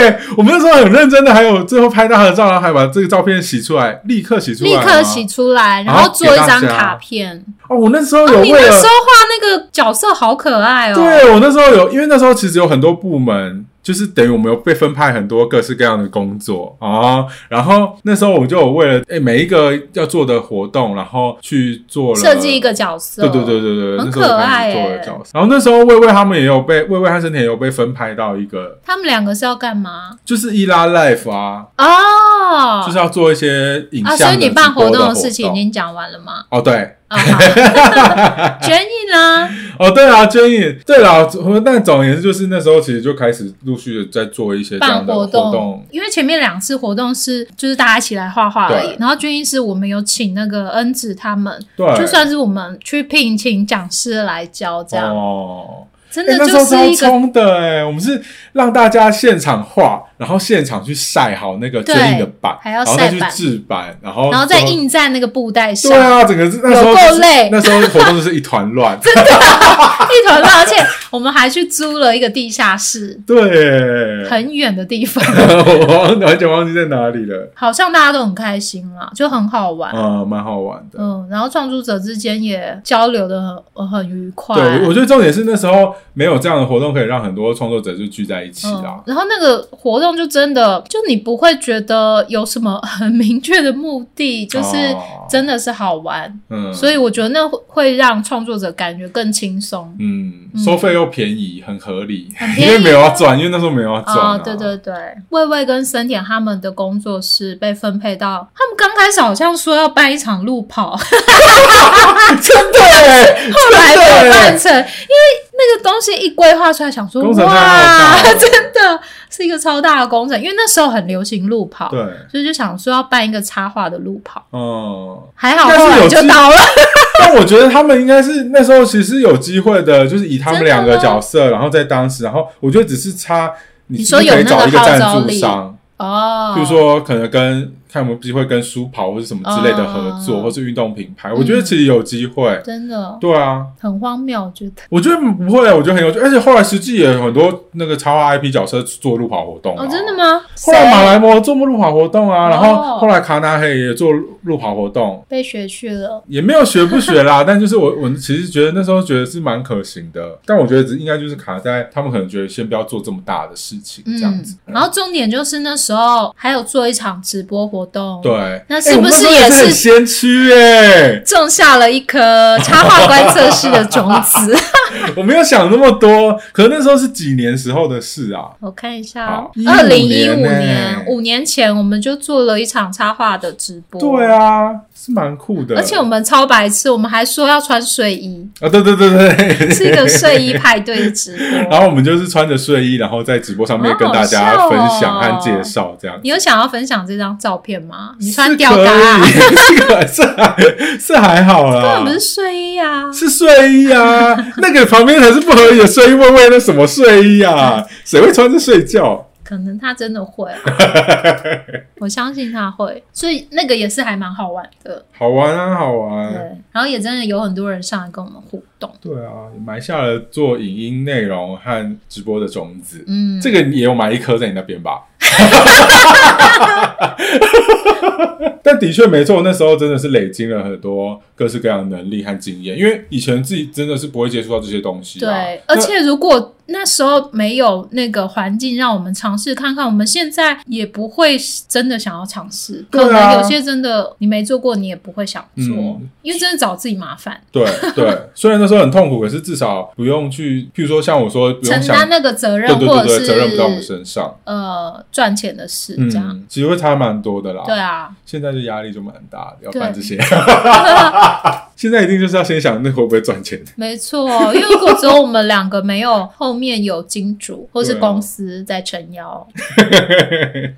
[SPEAKER 2] 对，我们那时候很认真的，还有最后拍到他的照，然后还把这个照片洗出来，立刻洗出来，啊
[SPEAKER 1] 立刻洗。出来，然后做一张卡片。
[SPEAKER 2] 哦，我那时候
[SPEAKER 1] 哦，
[SPEAKER 2] 有
[SPEAKER 1] 你
[SPEAKER 2] 为
[SPEAKER 1] 那
[SPEAKER 2] 了，
[SPEAKER 1] 时候画那个角色好可爱哦。
[SPEAKER 2] 对啊我那时候有，因为那时候其实有很多部门。就是等于我们有被分派很多各式各样的工作啊、然后那时候我就有为了哎、每一个要做的活动，然后去做了
[SPEAKER 1] 设计一个角色。
[SPEAKER 2] 对对对对对，
[SPEAKER 1] 很
[SPEAKER 2] 那时候
[SPEAKER 1] 可爱
[SPEAKER 2] 开始做了
[SPEAKER 1] 欸
[SPEAKER 2] 角色。然后那时候魏魏他们也有被魏魏和森田也有被分派到一个，
[SPEAKER 1] 他们两个是要干嘛？
[SPEAKER 2] 就是伊拉 life 啊，
[SPEAKER 1] 哦，
[SPEAKER 2] 就是要做一些影像
[SPEAKER 1] 啊，所
[SPEAKER 2] 的直播的、
[SPEAKER 1] 以你办活动的事情已经讲完了吗？ (laughs)
[SPEAKER 2] 哦，对，
[SPEAKER 1] 啊，好，Jenny
[SPEAKER 2] (laughs)
[SPEAKER 1] 呢？
[SPEAKER 2] 哦，对啊，Jenny，对啦，但总而言之，就是那时候其实就开始陆续的在做一些这样
[SPEAKER 1] 办
[SPEAKER 2] 的活
[SPEAKER 1] 动，因为前面两次活动是就是大家一起来画画而已
[SPEAKER 2] 对，
[SPEAKER 1] 然后军医师我们有请那个恩子他们，
[SPEAKER 2] 对，
[SPEAKER 1] 就算是我们去聘请讲师来教这样，
[SPEAKER 2] 哦，
[SPEAKER 1] 真
[SPEAKER 2] 哎
[SPEAKER 1] 的
[SPEAKER 2] 那时
[SPEAKER 1] 就
[SPEAKER 2] 候
[SPEAKER 1] 是
[SPEAKER 2] 超
[SPEAKER 1] 一个
[SPEAKER 2] 冲的哎、我们是让大家现场画，然后现场去晒好那个
[SPEAKER 1] 对
[SPEAKER 2] Jenny 的版，
[SPEAKER 1] 还要
[SPEAKER 2] 然后再
[SPEAKER 1] 晒
[SPEAKER 2] 去
[SPEAKER 1] 版
[SPEAKER 2] 制版，然后
[SPEAKER 1] 然后再。印在那个布袋上，
[SPEAKER 2] 哦对啊，整个是那时候
[SPEAKER 1] 有够
[SPEAKER 2] 就是
[SPEAKER 1] 累
[SPEAKER 2] 那时候活动就是一团乱，
[SPEAKER 1] (laughs) 一团乱。而且我们还去租了一个地下室，
[SPEAKER 2] (laughs) 对，
[SPEAKER 1] 很远的地方，
[SPEAKER 2] (laughs) 我忘完全忘记在哪里了，
[SPEAKER 1] 好像大家都很开心啦，就很好玩。
[SPEAKER 2] 嗯，蛮好玩的。
[SPEAKER 1] 嗯，然后创作者之间也交流的很很愉快。
[SPEAKER 2] 对，我我觉得重点是那时候没有这样的活动，可以让很多创作者就聚在一起啊
[SPEAKER 1] 嗯
[SPEAKER 2] 啦。，
[SPEAKER 1] 然后那个活动就真的，就你不会觉得有什么很明确的目的，就是
[SPEAKER 2] 哦
[SPEAKER 1] 真的是好玩，
[SPEAKER 2] 嗯，
[SPEAKER 1] 所以我觉得那会会让创作者感觉更轻松。
[SPEAKER 2] 嗯，
[SPEAKER 1] 嗯
[SPEAKER 2] 收费又便宜，很合理，
[SPEAKER 1] 很
[SPEAKER 2] 因
[SPEAKER 1] 便宜啊
[SPEAKER 2] 为没有要赚，因为那时候没有要赚
[SPEAKER 1] 啊、
[SPEAKER 2] 啊
[SPEAKER 1] 对对对，魏魏跟森田他们的工作室被分配到，他们刚开始好像说要办一场路
[SPEAKER 2] (laughs)
[SPEAKER 1] 跑，后 (laughs)
[SPEAKER 2] 真的耶，
[SPEAKER 1] 来没
[SPEAKER 2] 真
[SPEAKER 1] 有
[SPEAKER 2] 的
[SPEAKER 1] 办
[SPEAKER 2] 耶
[SPEAKER 1] 成，因为那个东西一规划出来，想说
[SPEAKER 2] 工程太浩
[SPEAKER 1] 哇
[SPEAKER 2] 大，了
[SPEAKER 1] (laughs) 真的是一个超大的工程，因为那时候很流行路跑，
[SPEAKER 2] 对，
[SPEAKER 1] 所以就想说要办一个插画的路跑。
[SPEAKER 2] 嗯，
[SPEAKER 1] 还好
[SPEAKER 2] 但是
[SPEAKER 1] 后来
[SPEAKER 2] 有
[SPEAKER 1] 就
[SPEAKER 2] 机 (laughs)
[SPEAKER 1] 倒了。
[SPEAKER 2] 但我觉得他们应该是那时候其实有机会的，就是以他们
[SPEAKER 1] 真的吗
[SPEAKER 2] 两个角色，然后在当时，然后我觉得只是差。你
[SPEAKER 1] 你
[SPEAKER 2] 是
[SPEAKER 1] 说
[SPEAKER 2] 不是
[SPEAKER 1] 有
[SPEAKER 2] 可以
[SPEAKER 1] 那个
[SPEAKER 2] 找一个
[SPEAKER 1] 号
[SPEAKER 2] 赞
[SPEAKER 1] 召
[SPEAKER 2] 助
[SPEAKER 1] 力
[SPEAKER 2] 商，
[SPEAKER 1] 哦，
[SPEAKER 2] 比如说可能跟看有没有机会跟书跑或是什么之类的合作，
[SPEAKER 1] 哦
[SPEAKER 2] 或是运动品牌，我觉得其实有机会。
[SPEAKER 1] 真的
[SPEAKER 2] 对啊，
[SPEAKER 1] 很荒谬，我觉得
[SPEAKER 2] 我觉得不会，我觉得很有趣，而且后来实际也有很多那个插画 IP 角色做路跑活动、啊
[SPEAKER 1] 哦，真的？吗？
[SPEAKER 2] 后来马
[SPEAKER 1] 谁
[SPEAKER 2] 来摩做过路跑活动啊，
[SPEAKER 1] 哦
[SPEAKER 2] 然后后来卡纳黑也做路跑活动，
[SPEAKER 1] 被学去了，
[SPEAKER 2] 也没有学不学啦， (laughs) 但就是我我其实觉得那时候觉得是蛮可行的，但我觉得只应该就是卡在他们可能觉得先不要做这么大的事情这样
[SPEAKER 1] 嗯
[SPEAKER 2] 子，，
[SPEAKER 1] 然后重点就是那时候还有做一场直播活活动。
[SPEAKER 2] 对，哎
[SPEAKER 1] 那是不是也
[SPEAKER 2] 是、
[SPEAKER 1] 是
[SPEAKER 2] 很先驱哎、
[SPEAKER 1] 种下了一颗插画观测室的种子？
[SPEAKER 2] 我没有想那么多，可是那时候是几年时候的事啊。
[SPEAKER 1] (laughs) 我看一下哦，
[SPEAKER 2] 好
[SPEAKER 1] 二零一
[SPEAKER 2] 15
[SPEAKER 1] 五
[SPEAKER 2] 年
[SPEAKER 1] 年，五年前我们就做了一场插画的直播。
[SPEAKER 2] 对。啊，是蛮酷的。
[SPEAKER 1] 而且我们超白痴，我们还说要穿睡衣，
[SPEAKER 2] 啊，对对对对，
[SPEAKER 1] 是一个睡衣派对直播。
[SPEAKER 2] (laughs)
[SPEAKER 1] (laughs)
[SPEAKER 2] 然后我们就是穿着睡衣，然后在直播上面跟大家分享和介绍，这样。
[SPEAKER 1] 你有想要分享这张照片吗？你穿
[SPEAKER 2] 是
[SPEAKER 1] 吊
[SPEAKER 2] 可
[SPEAKER 1] 带、啊
[SPEAKER 2] 以，， (laughs) 这个是还是还好
[SPEAKER 1] 根本
[SPEAKER 2] 啦
[SPEAKER 1] 不，是睡衣啊！
[SPEAKER 2] 是睡衣
[SPEAKER 1] (laughs)
[SPEAKER 2] 啊，那个旁边才是不合理的睡衣，问问那什么睡衣啊？谁会穿着睡觉？
[SPEAKER 1] 可能他真的 (laughs) 会、啊，我相信他会，所以那个也是还蛮好玩的。
[SPEAKER 2] 好玩啊，好玩。
[SPEAKER 1] 对，然后也真的有很多人上来跟我们互动。
[SPEAKER 2] 对啊，埋下了做影音内容和直播的种子。
[SPEAKER 1] 嗯，
[SPEAKER 2] 这个也有埋一颗在你那边吧？ (laughs) 但的确没错，那时候真的是累积了很多各式各样的能力和经验，因为以前自己真的是不会接触到这些东西、啊。
[SPEAKER 1] 对，
[SPEAKER 2] 那
[SPEAKER 1] 而且如果那时候没有那个环境让我们尝试看看，我们现在也不会真的想要尝试。
[SPEAKER 2] 对啊
[SPEAKER 1] 可能有些真的你没做过，你也不会想做，
[SPEAKER 2] 嗯
[SPEAKER 1] 因为真的找自己麻烦，
[SPEAKER 2] 对对，虽然那时候很痛苦，可是至少不用去，譬如说像我说，不用
[SPEAKER 1] 承
[SPEAKER 2] 想，
[SPEAKER 1] 担那个责任，
[SPEAKER 2] 对对
[SPEAKER 1] 或者
[SPEAKER 2] 对对，责任不在我们
[SPEAKER 1] 是
[SPEAKER 2] 身上。
[SPEAKER 1] 呃赚钱的事这样。
[SPEAKER 2] 嗯，其实会差蛮多的啦。
[SPEAKER 1] 对啊，
[SPEAKER 2] 现在就压力就蛮大的，要
[SPEAKER 1] 对
[SPEAKER 2] 办这些。 (laughs) 现在一定就是要先想那会不会赚钱。
[SPEAKER 1] 没错，因为如果只有我们两个，没有后面有金主或是
[SPEAKER 2] 对啊
[SPEAKER 1] 公司在撑腰。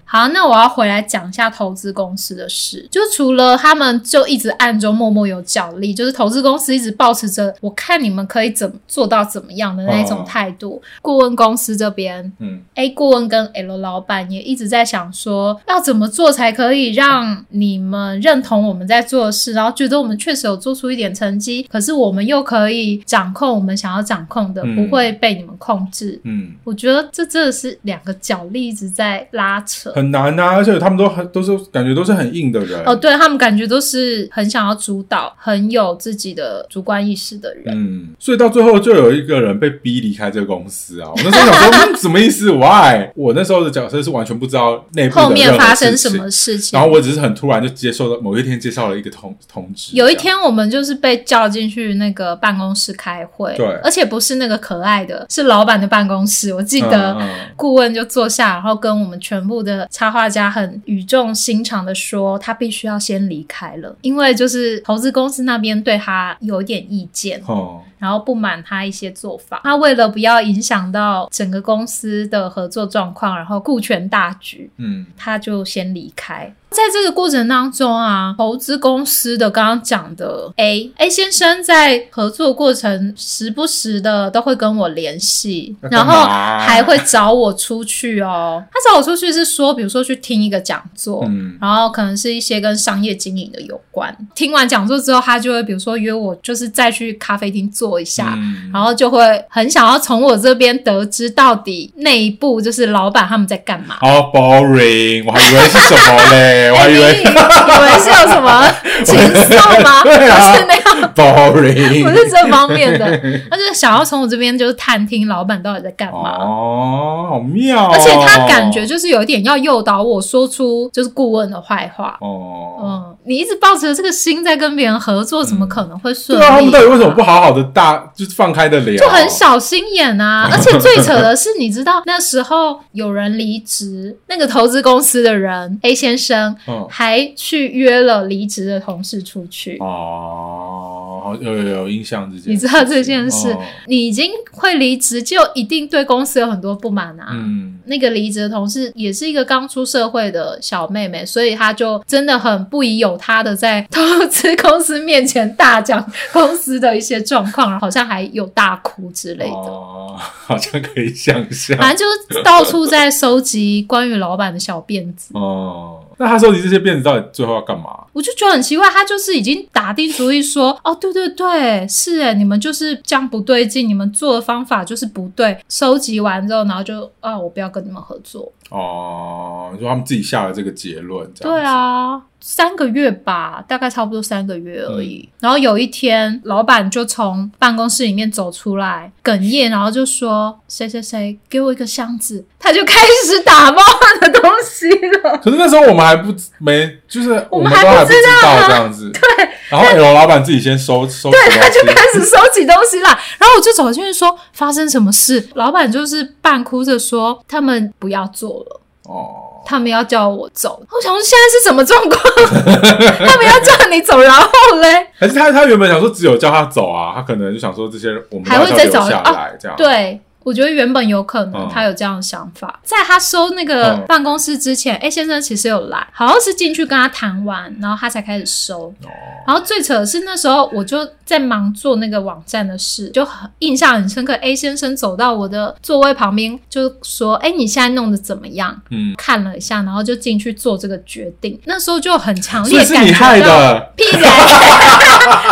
[SPEAKER 1] 好，那我要回来讲一下投资公司的事。就除了他们就一直暗中默默有角力，就是投资公司一直保持着我看你们可以怎么做到怎么样的那一种
[SPEAKER 2] 哦
[SPEAKER 1] 态度。顾问公司这边
[SPEAKER 2] 嗯，
[SPEAKER 1] A 顾问跟 L 老板也一直在想说，要怎么做才可以让你们认同我们在做的事，然后觉得我们确实有做出一点成绩，可是我们又可以掌控我们想要掌控的，
[SPEAKER 2] 嗯
[SPEAKER 1] 不会被你们控制。
[SPEAKER 2] 嗯。
[SPEAKER 1] 我觉得这真的是两个角力一直在拉扯。
[SPEAKER 2] 很难啊，而且他们都很都是感觉都是很硬的人。
[SPEAKER 1] 哦，对他们感觉都是很想要主导、很有自己的主观意识的人。
[SPEAKER 2] 嗯，所以到最后就有一个人被逼离开这个公司啊！我那时候想说，嗯什么意思？Why？我那时候的角色是完全不知道内部的
[SPEAKER 1] 后面
[SPEAKER 2] 任何
[SPEAKER 1] 发生
[SPEAKER 2] 事
[SPEAKER 1] 什
[SPEAKER 2] 情
[SPEAKER 1] 么事情？
[SPEAKER 2] 然后我只是很突然就接受到某一天接到了一个通通知，
[SPEAKER 1] 有一
[SPEAKER 2] 这样，
[SPEAKER 1] 天我们就是被叫进去那个办公室开会，
[SPEAKER 2] 对
[SPEAKER 1] 而且不是那个可爱的，是老板的办公室。我记得
[SPEAKER 2] 嗯嗯
[SPEAKER 1] 顾问就坐下，然后跟我们全部的插画家很语重心长的说，他必须要先离开了，因为就是投资公司那边对他有点意见，
[SPEAKER 2] 哦、
[SPEAKER 1] 然后不满他一些做法。他为了不要影响到整个公司的合作状况，然后顾全大局，
[SPEAKER 2] 嗯，
[SPEAKER 1] 他就先离开。在这个过程当中啊，投资公司的刚刚讲的 A A 先生在合作过程时不时的都会跟我联系
[SPEAKER 2] 那，干
[SPEAKER 1] 然
[SPEAKER 2] 嘛
[SPEAKER 1] 后还会找我出去哦。他找我出去是说，比如说去听一个讲座，
[SPEAKER 2] 嗯
[SPEAKER 1] 然后可能是一些跟商业经营的有关。听完讲座之后，他就会比如说约我，就是再去咖啡厅坐一下，
[SPEAKER 2] 嗯
[SPEAKER 1] 然后就会很想要从我这边得知到底内部就是老板他们在干嘛。
[SPEAKER 2] 好 boring，我还以为是什么嘞，哦我还以
[SPEAKER 1] 哎你以
[SPEAKER 2] 为
[SPEAKER 1] 为是有什
[SPEAKER 2] (laughs)
[SPEAKER 1] 么情愫吗？不
[SPEAKER 2] 对啊
[SPEAKER 1] 是那样，不
[SPEAKER 2] boring，
[SPEAKER 1] 是这方面
[SPEAKER 2] (laughs)
[SPEAKER 1] 的，他就是想要从我这边就是探听老板到底在干嘛。
[SPEAKER 2] 哦，好妙哦、
[SPEAKER 1] 而且他感觉就是有一点要诱导我说出就是顾问的坏话，
[SPEAKER 2] 哦，
[SPEAKER 1] 嗯，你一直抱着这个心在跟别人合作，怎么可能会顺
[SPEAKER 2] 对
[SPEAKER 1] 利？
[SPEAKER 2] 啊，他们到底为什么不好好的大就是放开的聊？
[SPEAKER 1] 就很小心眼
[SPEAKER 2] (laughs)
[SPEAKER 1] 啊！而且最扯的是，你知道那时候有人离职，那个投资公司的
[SPEAKER 2] (laughs)
[SPEAKER 1] 人 A 先生
[SPEAKER 2] 嗯
[SPEAKER 1] 还去约了离职的同事出去。
[SPEAKER 2] 哦，好有有有印象这件事情，
[SPEAKER 1] 你知道这件事，
[SPEAKER 2] 哦
[SPEAKER 1] 你已经会离职，就一定对公司有很多不满啊。
[SPEAKER 2] 嗯，
[SPEAKER 1] 那个离职的同事也是一个刚出社会的小妹妹，所以她就真的很不疑有他的，在投资公司面前大讲公司的一些状况，好像还有大哭之类的。
[SPEAKER 2] 哦， (laughs) 好像可以想象。
[SPEAKER 1] 反正就是到处在收集关于老板的小辫子，
[SPEAKER 2] 哦，那他收集这些辫子到底最后要干嘛？
[SPEAKER 1] 我就觉得很奇怪，他就是已经打定主意说，哦，对对对，是哎，你们就是这样不对劲，你们做的方法就是不对。收集完之后，然后就啊，我不要跟你们合作。
[SPEAKER 2] 哦，你说他们自己下了这个结论，这样
[SPEAKER 1] 对
[SPEAKER 2] 子，
[SPEAKER 1] 啊，三个月吧，大概差不多三个月而
[SPEAKER 2] 嗯
[SPEAKER 1] 已。然后有一天，老板就从办公室里面走出来，哽咽，然后就
[SPEAKER 2] (laughs)
[SPEAKER 1] 说：“谁谁谁，给我一个箱子。”他就开始打包他的东西了。
[SPEAKER 2] 可是那时候我们还不没，就是
[SPEAKER 1] 我
[SPEAKER 2] 我
[SPEAKER 1] 们
[SPEAKER 2] 们
[SPEAKER 1] 还
[SPEAKER 2] 都还
[SPEAKER 1] 不
[SPEAKER 2] 不
[SPEAKER 1] 知
[SPEAKER 2] 知
[SPEAKER 1] 道啊
[SPEAKER 2] 道这样子。
[SPEAKER 1] (laughs) 对，
[SPEAKER 2] 然后 L 老板自己先收收拾
[SPEAKER 1] 对，他就
[SPEAKER 2] 东西
[SPEAKER 1] 开始收起东西来，然后我就走进去说发生什么事，老板就是半哭着说他们不要做了。
[SPEAKER 2] 哦，
[SPEAKER 1] 他们要叫我走，我想说现在是什么状
[SPEAKER 2] (laughs)
[SPEAKER 1] 况？他们要叫你走，然后嘞，
[SPEAKER 2] 还是他他原本想说只有叫他走啊，他可能就想说这些人我们
[SPEAKER 1] 还会
[SPEAKER 2] 要
[SPEAKER 1] 再
[SPEAKER 2] 留
[SPEAKER 1] 找
[SPEAKER 2] 下
[SPEAKER 1] 啊
[SPEAKER 2] 来这样。
[SPEAKER 1] 对。我觉得原本有可能
[SPEAKER 2] 嗯
[SPEAKER 1] 他有这样的想法，在他收那个
[SPEAKER 2] 嗯
[SPEAKER 1] 办公室之前，哎、先生其实有来，好像是进去跟他谈完，然后他才开始收。
[SPEAKER 2] 哦，
[SPEAKER 1] 然后最扯的是那时候我就在忙做那个网站的事，就很印象很深刻。A 先生走到我的座位旁边，就说：“哎，你现在弄得怎么样？”
[SPEAKER 2] 嗯，
[SPEAKER 1] 看了一下，然后就进去做这个决定。那时候就很强
[SPEAKER 2] 所
[SPEAKER 1] 烈
[SPEAKER 2] 以是
[SPEAKER 1] 感
[SPEAKER 2] 你害
[SPEAKER 1] 觉到，
[SPEAKER 2] 的，
[SPEAKER 1] 屁人， (laughs)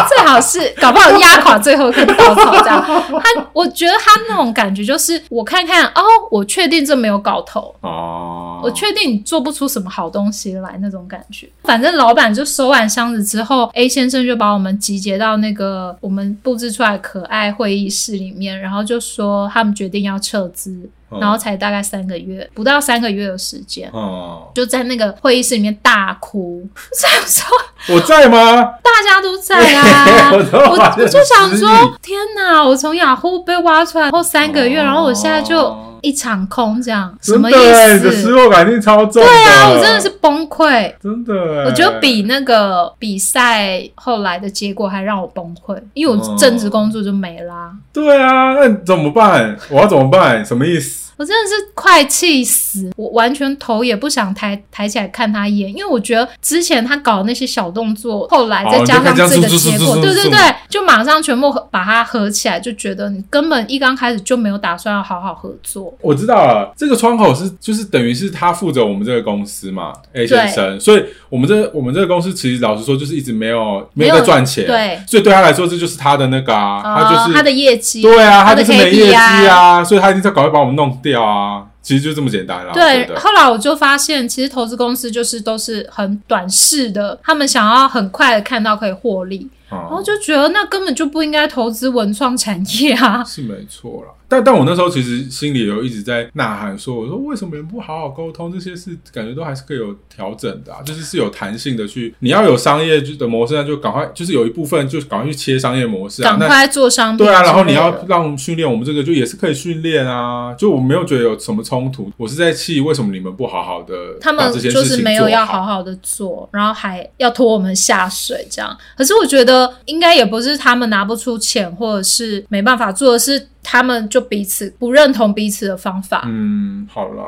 [SPEAKER 1] 最好是搞不好压垮最后一根稻草这样。他，我觉得他那种感觉就是，我看看哦，我确定这没有搞头，
[SPEAKER 2] 哦，
[SPEAKER 1] 我确定你做不出什么好东西来那种感觉。反正老板就收完箱子之后，A 先生就把我们集结到那个我们布置出来可爱会议室里面，然后就说他们决定要撤资，
[SPEAKER 2] 嗯
[SPEAKER 1] 然后才大概三个月，不到三个月的时间。
[SPEAKER 2] 嗯，
[SPEAKER 1] 就在那个会议室里面大哭， (laughs) 这样说
[SPEAKER 2] 我在吗？，
[SPEAKER 1] 大家都在啊
[SPEAKER 2] (laughs) 我都
[SPEAKER 1] 我
[SPEAKER 2] 发现
[SPEAKER 1] 我就想
[SPEAKER 2] 失
[SPEAKER 1] 说，天哪！我从雅虎被挖出来后三个月，
[SPEAKER 2] 哦
[SPEAKER 1] 然后我现在就一场空，这样什
[SPEAKER 2] 真
[SPEAKER 1] 么
[SPEAKER 2] 的
[SPEAKER 1] 意
[SPEAKER 2] 欸你的失
[SPEAKER 1] 思？
[SPEAKER 2] 落感一定超重。对
[SPEAKER 1] 对啊，我真的是崩溃。
[SPEAKER 2] 真的欸，
[SPEAKER 1] 我觉得比那个比赛后来的结果还让我崩溃，因为
[SPEAKER 2] 哦
[SPEAKER 1] 我正职工作就没啦、
[SPEAKER 2] 对啊，那怎么办？我要怎么办？什么意思？
[SPEAKER 1] 我真的是快气死，我完全头也不想抬抬起来看他一眼，因为我觉得之前他搞的那些小动作，后来再加上这个结果，
[SPEAKER 2] 哦哦你就看这样
[SPEAKER 1] 对对
[SPEAKER 2] 是是是是
[SPEAKER 1] 对，就马上全部合把它合起来，就觉得你根本一刚开始就没有打算要好好合作。
[SPEAKER 2] 我知道了，这个窗口是就是等于是他负责我们这个公司嘛，A 先生，所以我们这我们这个公司其实老实说就是一直没有
[SPEAKER 1] 没
[SPEAKER 2] 没
[SPEAKER 1] 有
[SPEAKER 2] 有在赚钱，
[SPEAKER 1] 对
[SPEAKER 2] 所以对他来说这就是他的那个啊，他
[SPEAKER 1] 呃
[SPEAKER 2] 就是
[SPEAKER 1] 他的业绩，
[SPEAKER 2] 对啊，
[SPEAKER 1] 他的
[SPEAKER 2] 就是没
[SPEAKER 1] KPI
[SPEAKER 2] 业绩啊，所以他一定在赶快把我们弄掉啊，其实就这么简单啦、对
[SPEAKER 1] 对
[SPEAKER 2] 不，对
[SPEAKER 1] 后来我就发现，其实投资公司就是都是很短视的，他们想要很快的看到可以获利，然后
[SPEAKER 2] 嗯，
[SPEAKER 1] 就觉得那根本就不应该投资文创产业啊。
[SPEAKER 2] (laughs) 是没错啦。但但我那时候其实心里有一直在呐喊说，我说为什么你们不好好沟通？这些事感觉都还是可以有调整的、啊，就是是有弹性的去，你要有商业就的模式，那就赶快，就是有一部分就赶快去切商业模式啊
[SPEAKER 1] 赶。
[SPEAKER 2] 那
[SPEAKER 1] 快做商品
[SPEAKER 2] 对
[SPEAKER 1] 之类
[SPEAKER 2] 啊，
[SPEAKER 1] 的，
[SPEAKER 2] 然后你要让训练我们这个就也是可以训练啊，就我没有觉得有什么冲突，我是在气为什么你们不好好的
[SPEAKER 1] 他们
[SPEAKER 2] 这件
[SPEAKER 1] 就
[SPEAKER 2] 事
[SPEAKER 1] 是
[SPEAKER 2] 情
[SPEAKER 1] 没有
[SPEAKER 2] 做
[SPEAKER 1] 要
[SPEAKER 2] 好
[SPEAKER 1] 好好的做，然后还要拖我们下水这样。可是我觉得应该也不是他们拿不出钱，或者是没办法做的是他们就彼此不认同彼此的方法。
[SPEAKER 2] 嗯，好啦，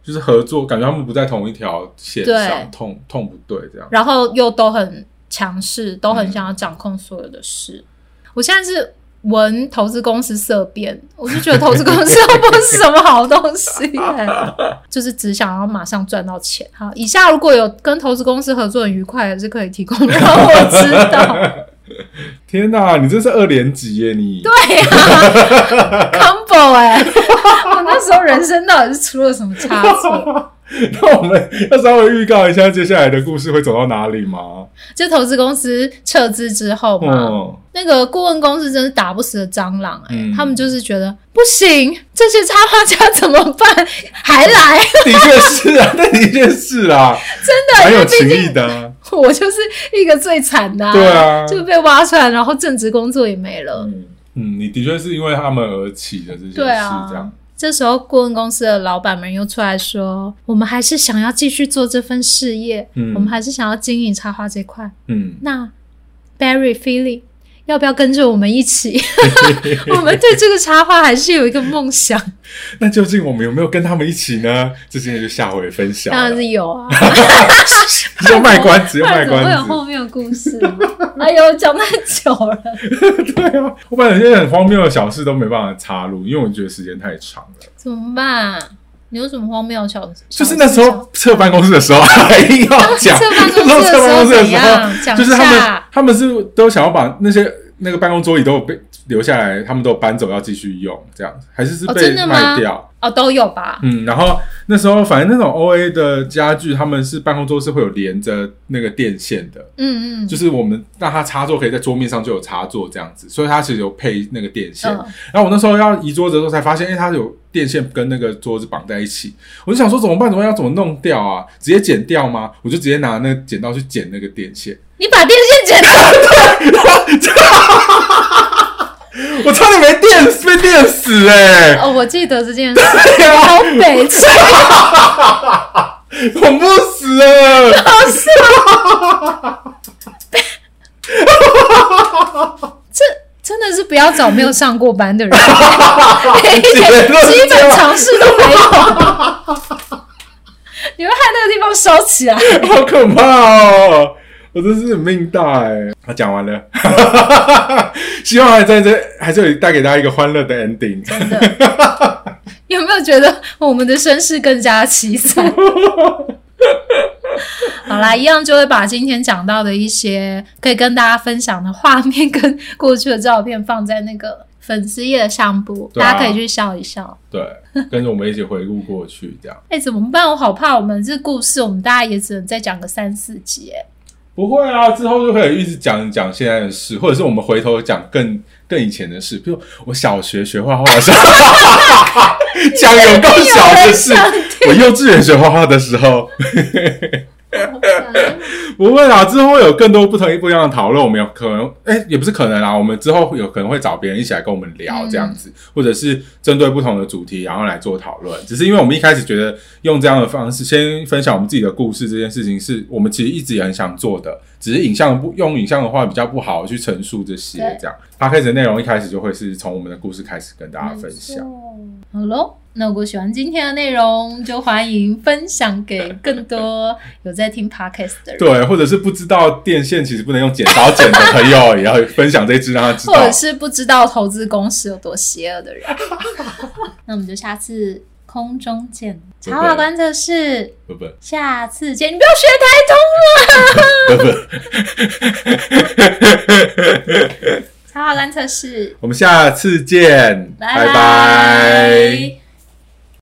[SPEAKER 2] 就是合作，感觉他们不在同一条线
[SPEAKER 1] 对
[SPEAKER 2] 上，痛痛不对这样。
[SPEAKER 1] 然后又都很强势，都很想要掌控所有的事。我现在是闻投资公司色变，我就觉得投资公司又不是什么好东西耶、
[SPEAKER 2] (laughs)
[SPEAKER 1] 就是只想要马上赚到钱。好，以下如果有跟投资公司合作很愉快，也是可以提供让我知道。
[SPEAKER 2] 天哪，你这是二连级耶你！对，
[SPEAKER 1] 对呀、combo 哎、我那时候人生到底是出了什么差错？
[SPEAKER 2] (laughs) 那我们要稍微预告一下接下来的故事会走到哪里吗？
[SPEAKER 1] 就投资公司撤资之后嘛，
[SPEAKER 2] 嗯，
[SPEAKER 1] 那个顾问公司真是打不死的蟑螂哎、
[SPEAKER 2] 嗯
[SPEAKER 1] 他们就是觉得不行，这些插画家怎么办？还来？
[SPEAKER 2] 的确是啊， (laughs) 那的确是啊，
[SPEAKER 1] 真的，
[SPEAKER 2] 蛮
[SPEAKER 1] 因
[SPEAKER 2] 有
[SPEAKER 1] 为毕
[SPEAKER 2] 情
[SPEAKER 1] 竟
[SPEAKER 2] 义的啊。
[SPEAKER 1] 我就是一个最惨的、
[SPEAKER 2] 对啊
[SPEAKER 1] 就被挖出来，然后正职工作也没了。
[SPEAKER 2] 嗯嗯，你的确是因为他们而起的这件事，
[SPEAKER 1] 对
[SPEAKER 2] 这
[SPEAKER 1] 啊
[SPEAKER 2] 样。，
[SPEAKER 1] 这时候顾问公司的老板们又出来说，我们还是想要继续做这份事业，
[SPEAKER 2] 嗯
[SPEAKER 1] 我们还是想要经营插画这块。
[SPEAKER 2] 嗯，
[SPEAKER 1] 那 Barry f e e l y 要不要跟着我们一
[SPEAKER 2] (laughs)
[SPEAKER 1] 起？我们对这个插画还是有一个梦
[SPEAKER 2] (laughs)
[SPEAKER 1] 想。
[SPEAKER 2] 那究竟我们有没有跟他们一起呢？这些就下回分享
[SPEAKER 1] 当然
[SPEAKER 2] 了。
[SPEAKER 1] 是有啊，
[SPEAKER 2] 又卖关子，又
[SPEAKER 1] 不
[SPEAKER 2] 卖
[SPEAKER 1] 然 (laughs) 啊怎么
[SPEAKER 2] 关
[SPEAKER 1] 会有
[SPEAKER 2] 子。
[SPEAKER 1] 后面的故事呢？哎呦，讲太久了。
[SPEAKER 2] (laughs) 对啊，我把有些很荒谬的小事都没办法插入，因为我觉得时间太长了。
[SPEAKER 1] 怎么办、你有什么荒谬的小？
[SPEAKER 2] 就是那时候撤办公室的时候，还硬要讲。
[SPEAKER 1] 撤哦办公室的时候
[SPEAKER 2] 那撤办公室的
[SPEAKER 1] 怎样讲一下
[SPEAKER 2] 就是他们他们是都想要把那些那个办公桌椅都有被留下来，他们都搬走要继续用，这样子还是是
[SPEAKER 1] 哦
[SPEAKER 2] 被
[SPEAKER 1] 真的吗
[SPEAKER 2] 卖掉？
[SPEAKER 1] 哦，都有吧？
[SPEAKER 2] 嗯，然后那时候反正那种 O A 的家具，他们是办公桌是会有连着那个电线的，
[SPEAKER 1] 嗯嗯，
[SPEAKER 2] 就是我们让它插座可以在桌面上就有插座这样子，所以它其实有配那个电线。
[SPEAKER 1] 嗯
[SPEAKER 2] 然后我那时候要移桌子的时候才发现，哎、它有电线跟那个桌子绑在一起，我就想说怎么办？怎么办要怎么弄掉啊？直接剪掉吗？我就直接拿那个剪刀去剪那个电线，
[SPEAKER 1] 你把电线剪断，
[SPEAKER 2] 我差点没电被电死哎、
[SPEAKER 1] 哦，我记得这件事，
[SPEAKER 2] (laughs) 对啊
[SPEAKER 1] 好北气，
[SPEAKER 2] 恐怖死了！
[SPEAKER 1] 好笑。 (laughs) 这真的是不要找没有上过班 (laughs) 的人，连一点基本常识都没有。 (laughs) 你会害那个地方烧起来，
[SPEAKER 2] 好可怕哦！我真是命大哎、他讲完了， (laughs) 希望还在这，还是有带给大家一个欢乐的 ending。
[SPEAKER 1] 真的。 (laughs) 有没有觉得我们的身世更加凄
[SPEAKER 2] (laughs)
[SPEAKER 1] 惨？好啦，一样就会把今天讲到的一些可以跟大家分享的画面跟过去的照片放在那个粉丝页的上部，
[SPEAKER 2] 对
[SPEAKER 1] 大
[SPEAKER 2] 啊
[SPEAKER 1] 家可以去笑一笑。
[SPEAKER 2] 对，跟着我们一起回顾过去，这样
[SPEAKER 1] 哎、怎么办？我好怕我们这故事，我们大家也只能再讲个三四集、哎
[SPEAKER 2] 不会啊，之后就可以一直讲讲现在的事，或者是我们回头讲更更以前的事，比如我小学学画画的时候， (laughs) 讲有够小的事
[SPEAKER 1] 有人想，
[SPEAKER 2] 我幼稚园学画画的时候，不会啦，之后会有更多不同不一样的讨论，我们有可能，哎、也不是可能啦，我们之后有可能会找别人一起来跟我们聊
[SPEAKER 1] 嗯
[SPEAKER 2] 这样子，或者是针对不同的主题，然后来做讨论。只是因为我们一开始觉得用这样的方式先分享我们自己的故事这件事情，是我们其实一直也很想做的，只是影像不用影像的话比较不好去陈述这些
[SPEAKER 1] 对
[SPEAKER 2] 这样。p o d c a s 的内容一开始就会是从我们的故事开始跟大家分享。
[SPEAKER 1] 好喽，那如果喜欢今天的内容，就欢迎分享给更多有在听 podcast 的人，
[SPEAKER 2] 对，或者是不知道电线其实不能用剪刀剪的朋友，也要分享这支让他知
[SPEAKER 1] 或者
[SPEAKER 2] 道。
[SPEAKER 1] 是不知道投资公司有多邪恶的人。那我们就下次空中见。
[SPEAKER 2] 拜
[SPEAKER 1] 茶
[SPEAKER 2] 拜
[SPEAKER 1] 话观测室，
[SPEAKER 2] 不不
[SPEAKER 1] 下次见。你不要学台通
[SPEAKER 2] 不不。
[SPEAKER 1] 啊茶话观测室， (laughs)
[SPEAKER 2] 我们下次见，拜拜。
[SPEAKER 1] 拜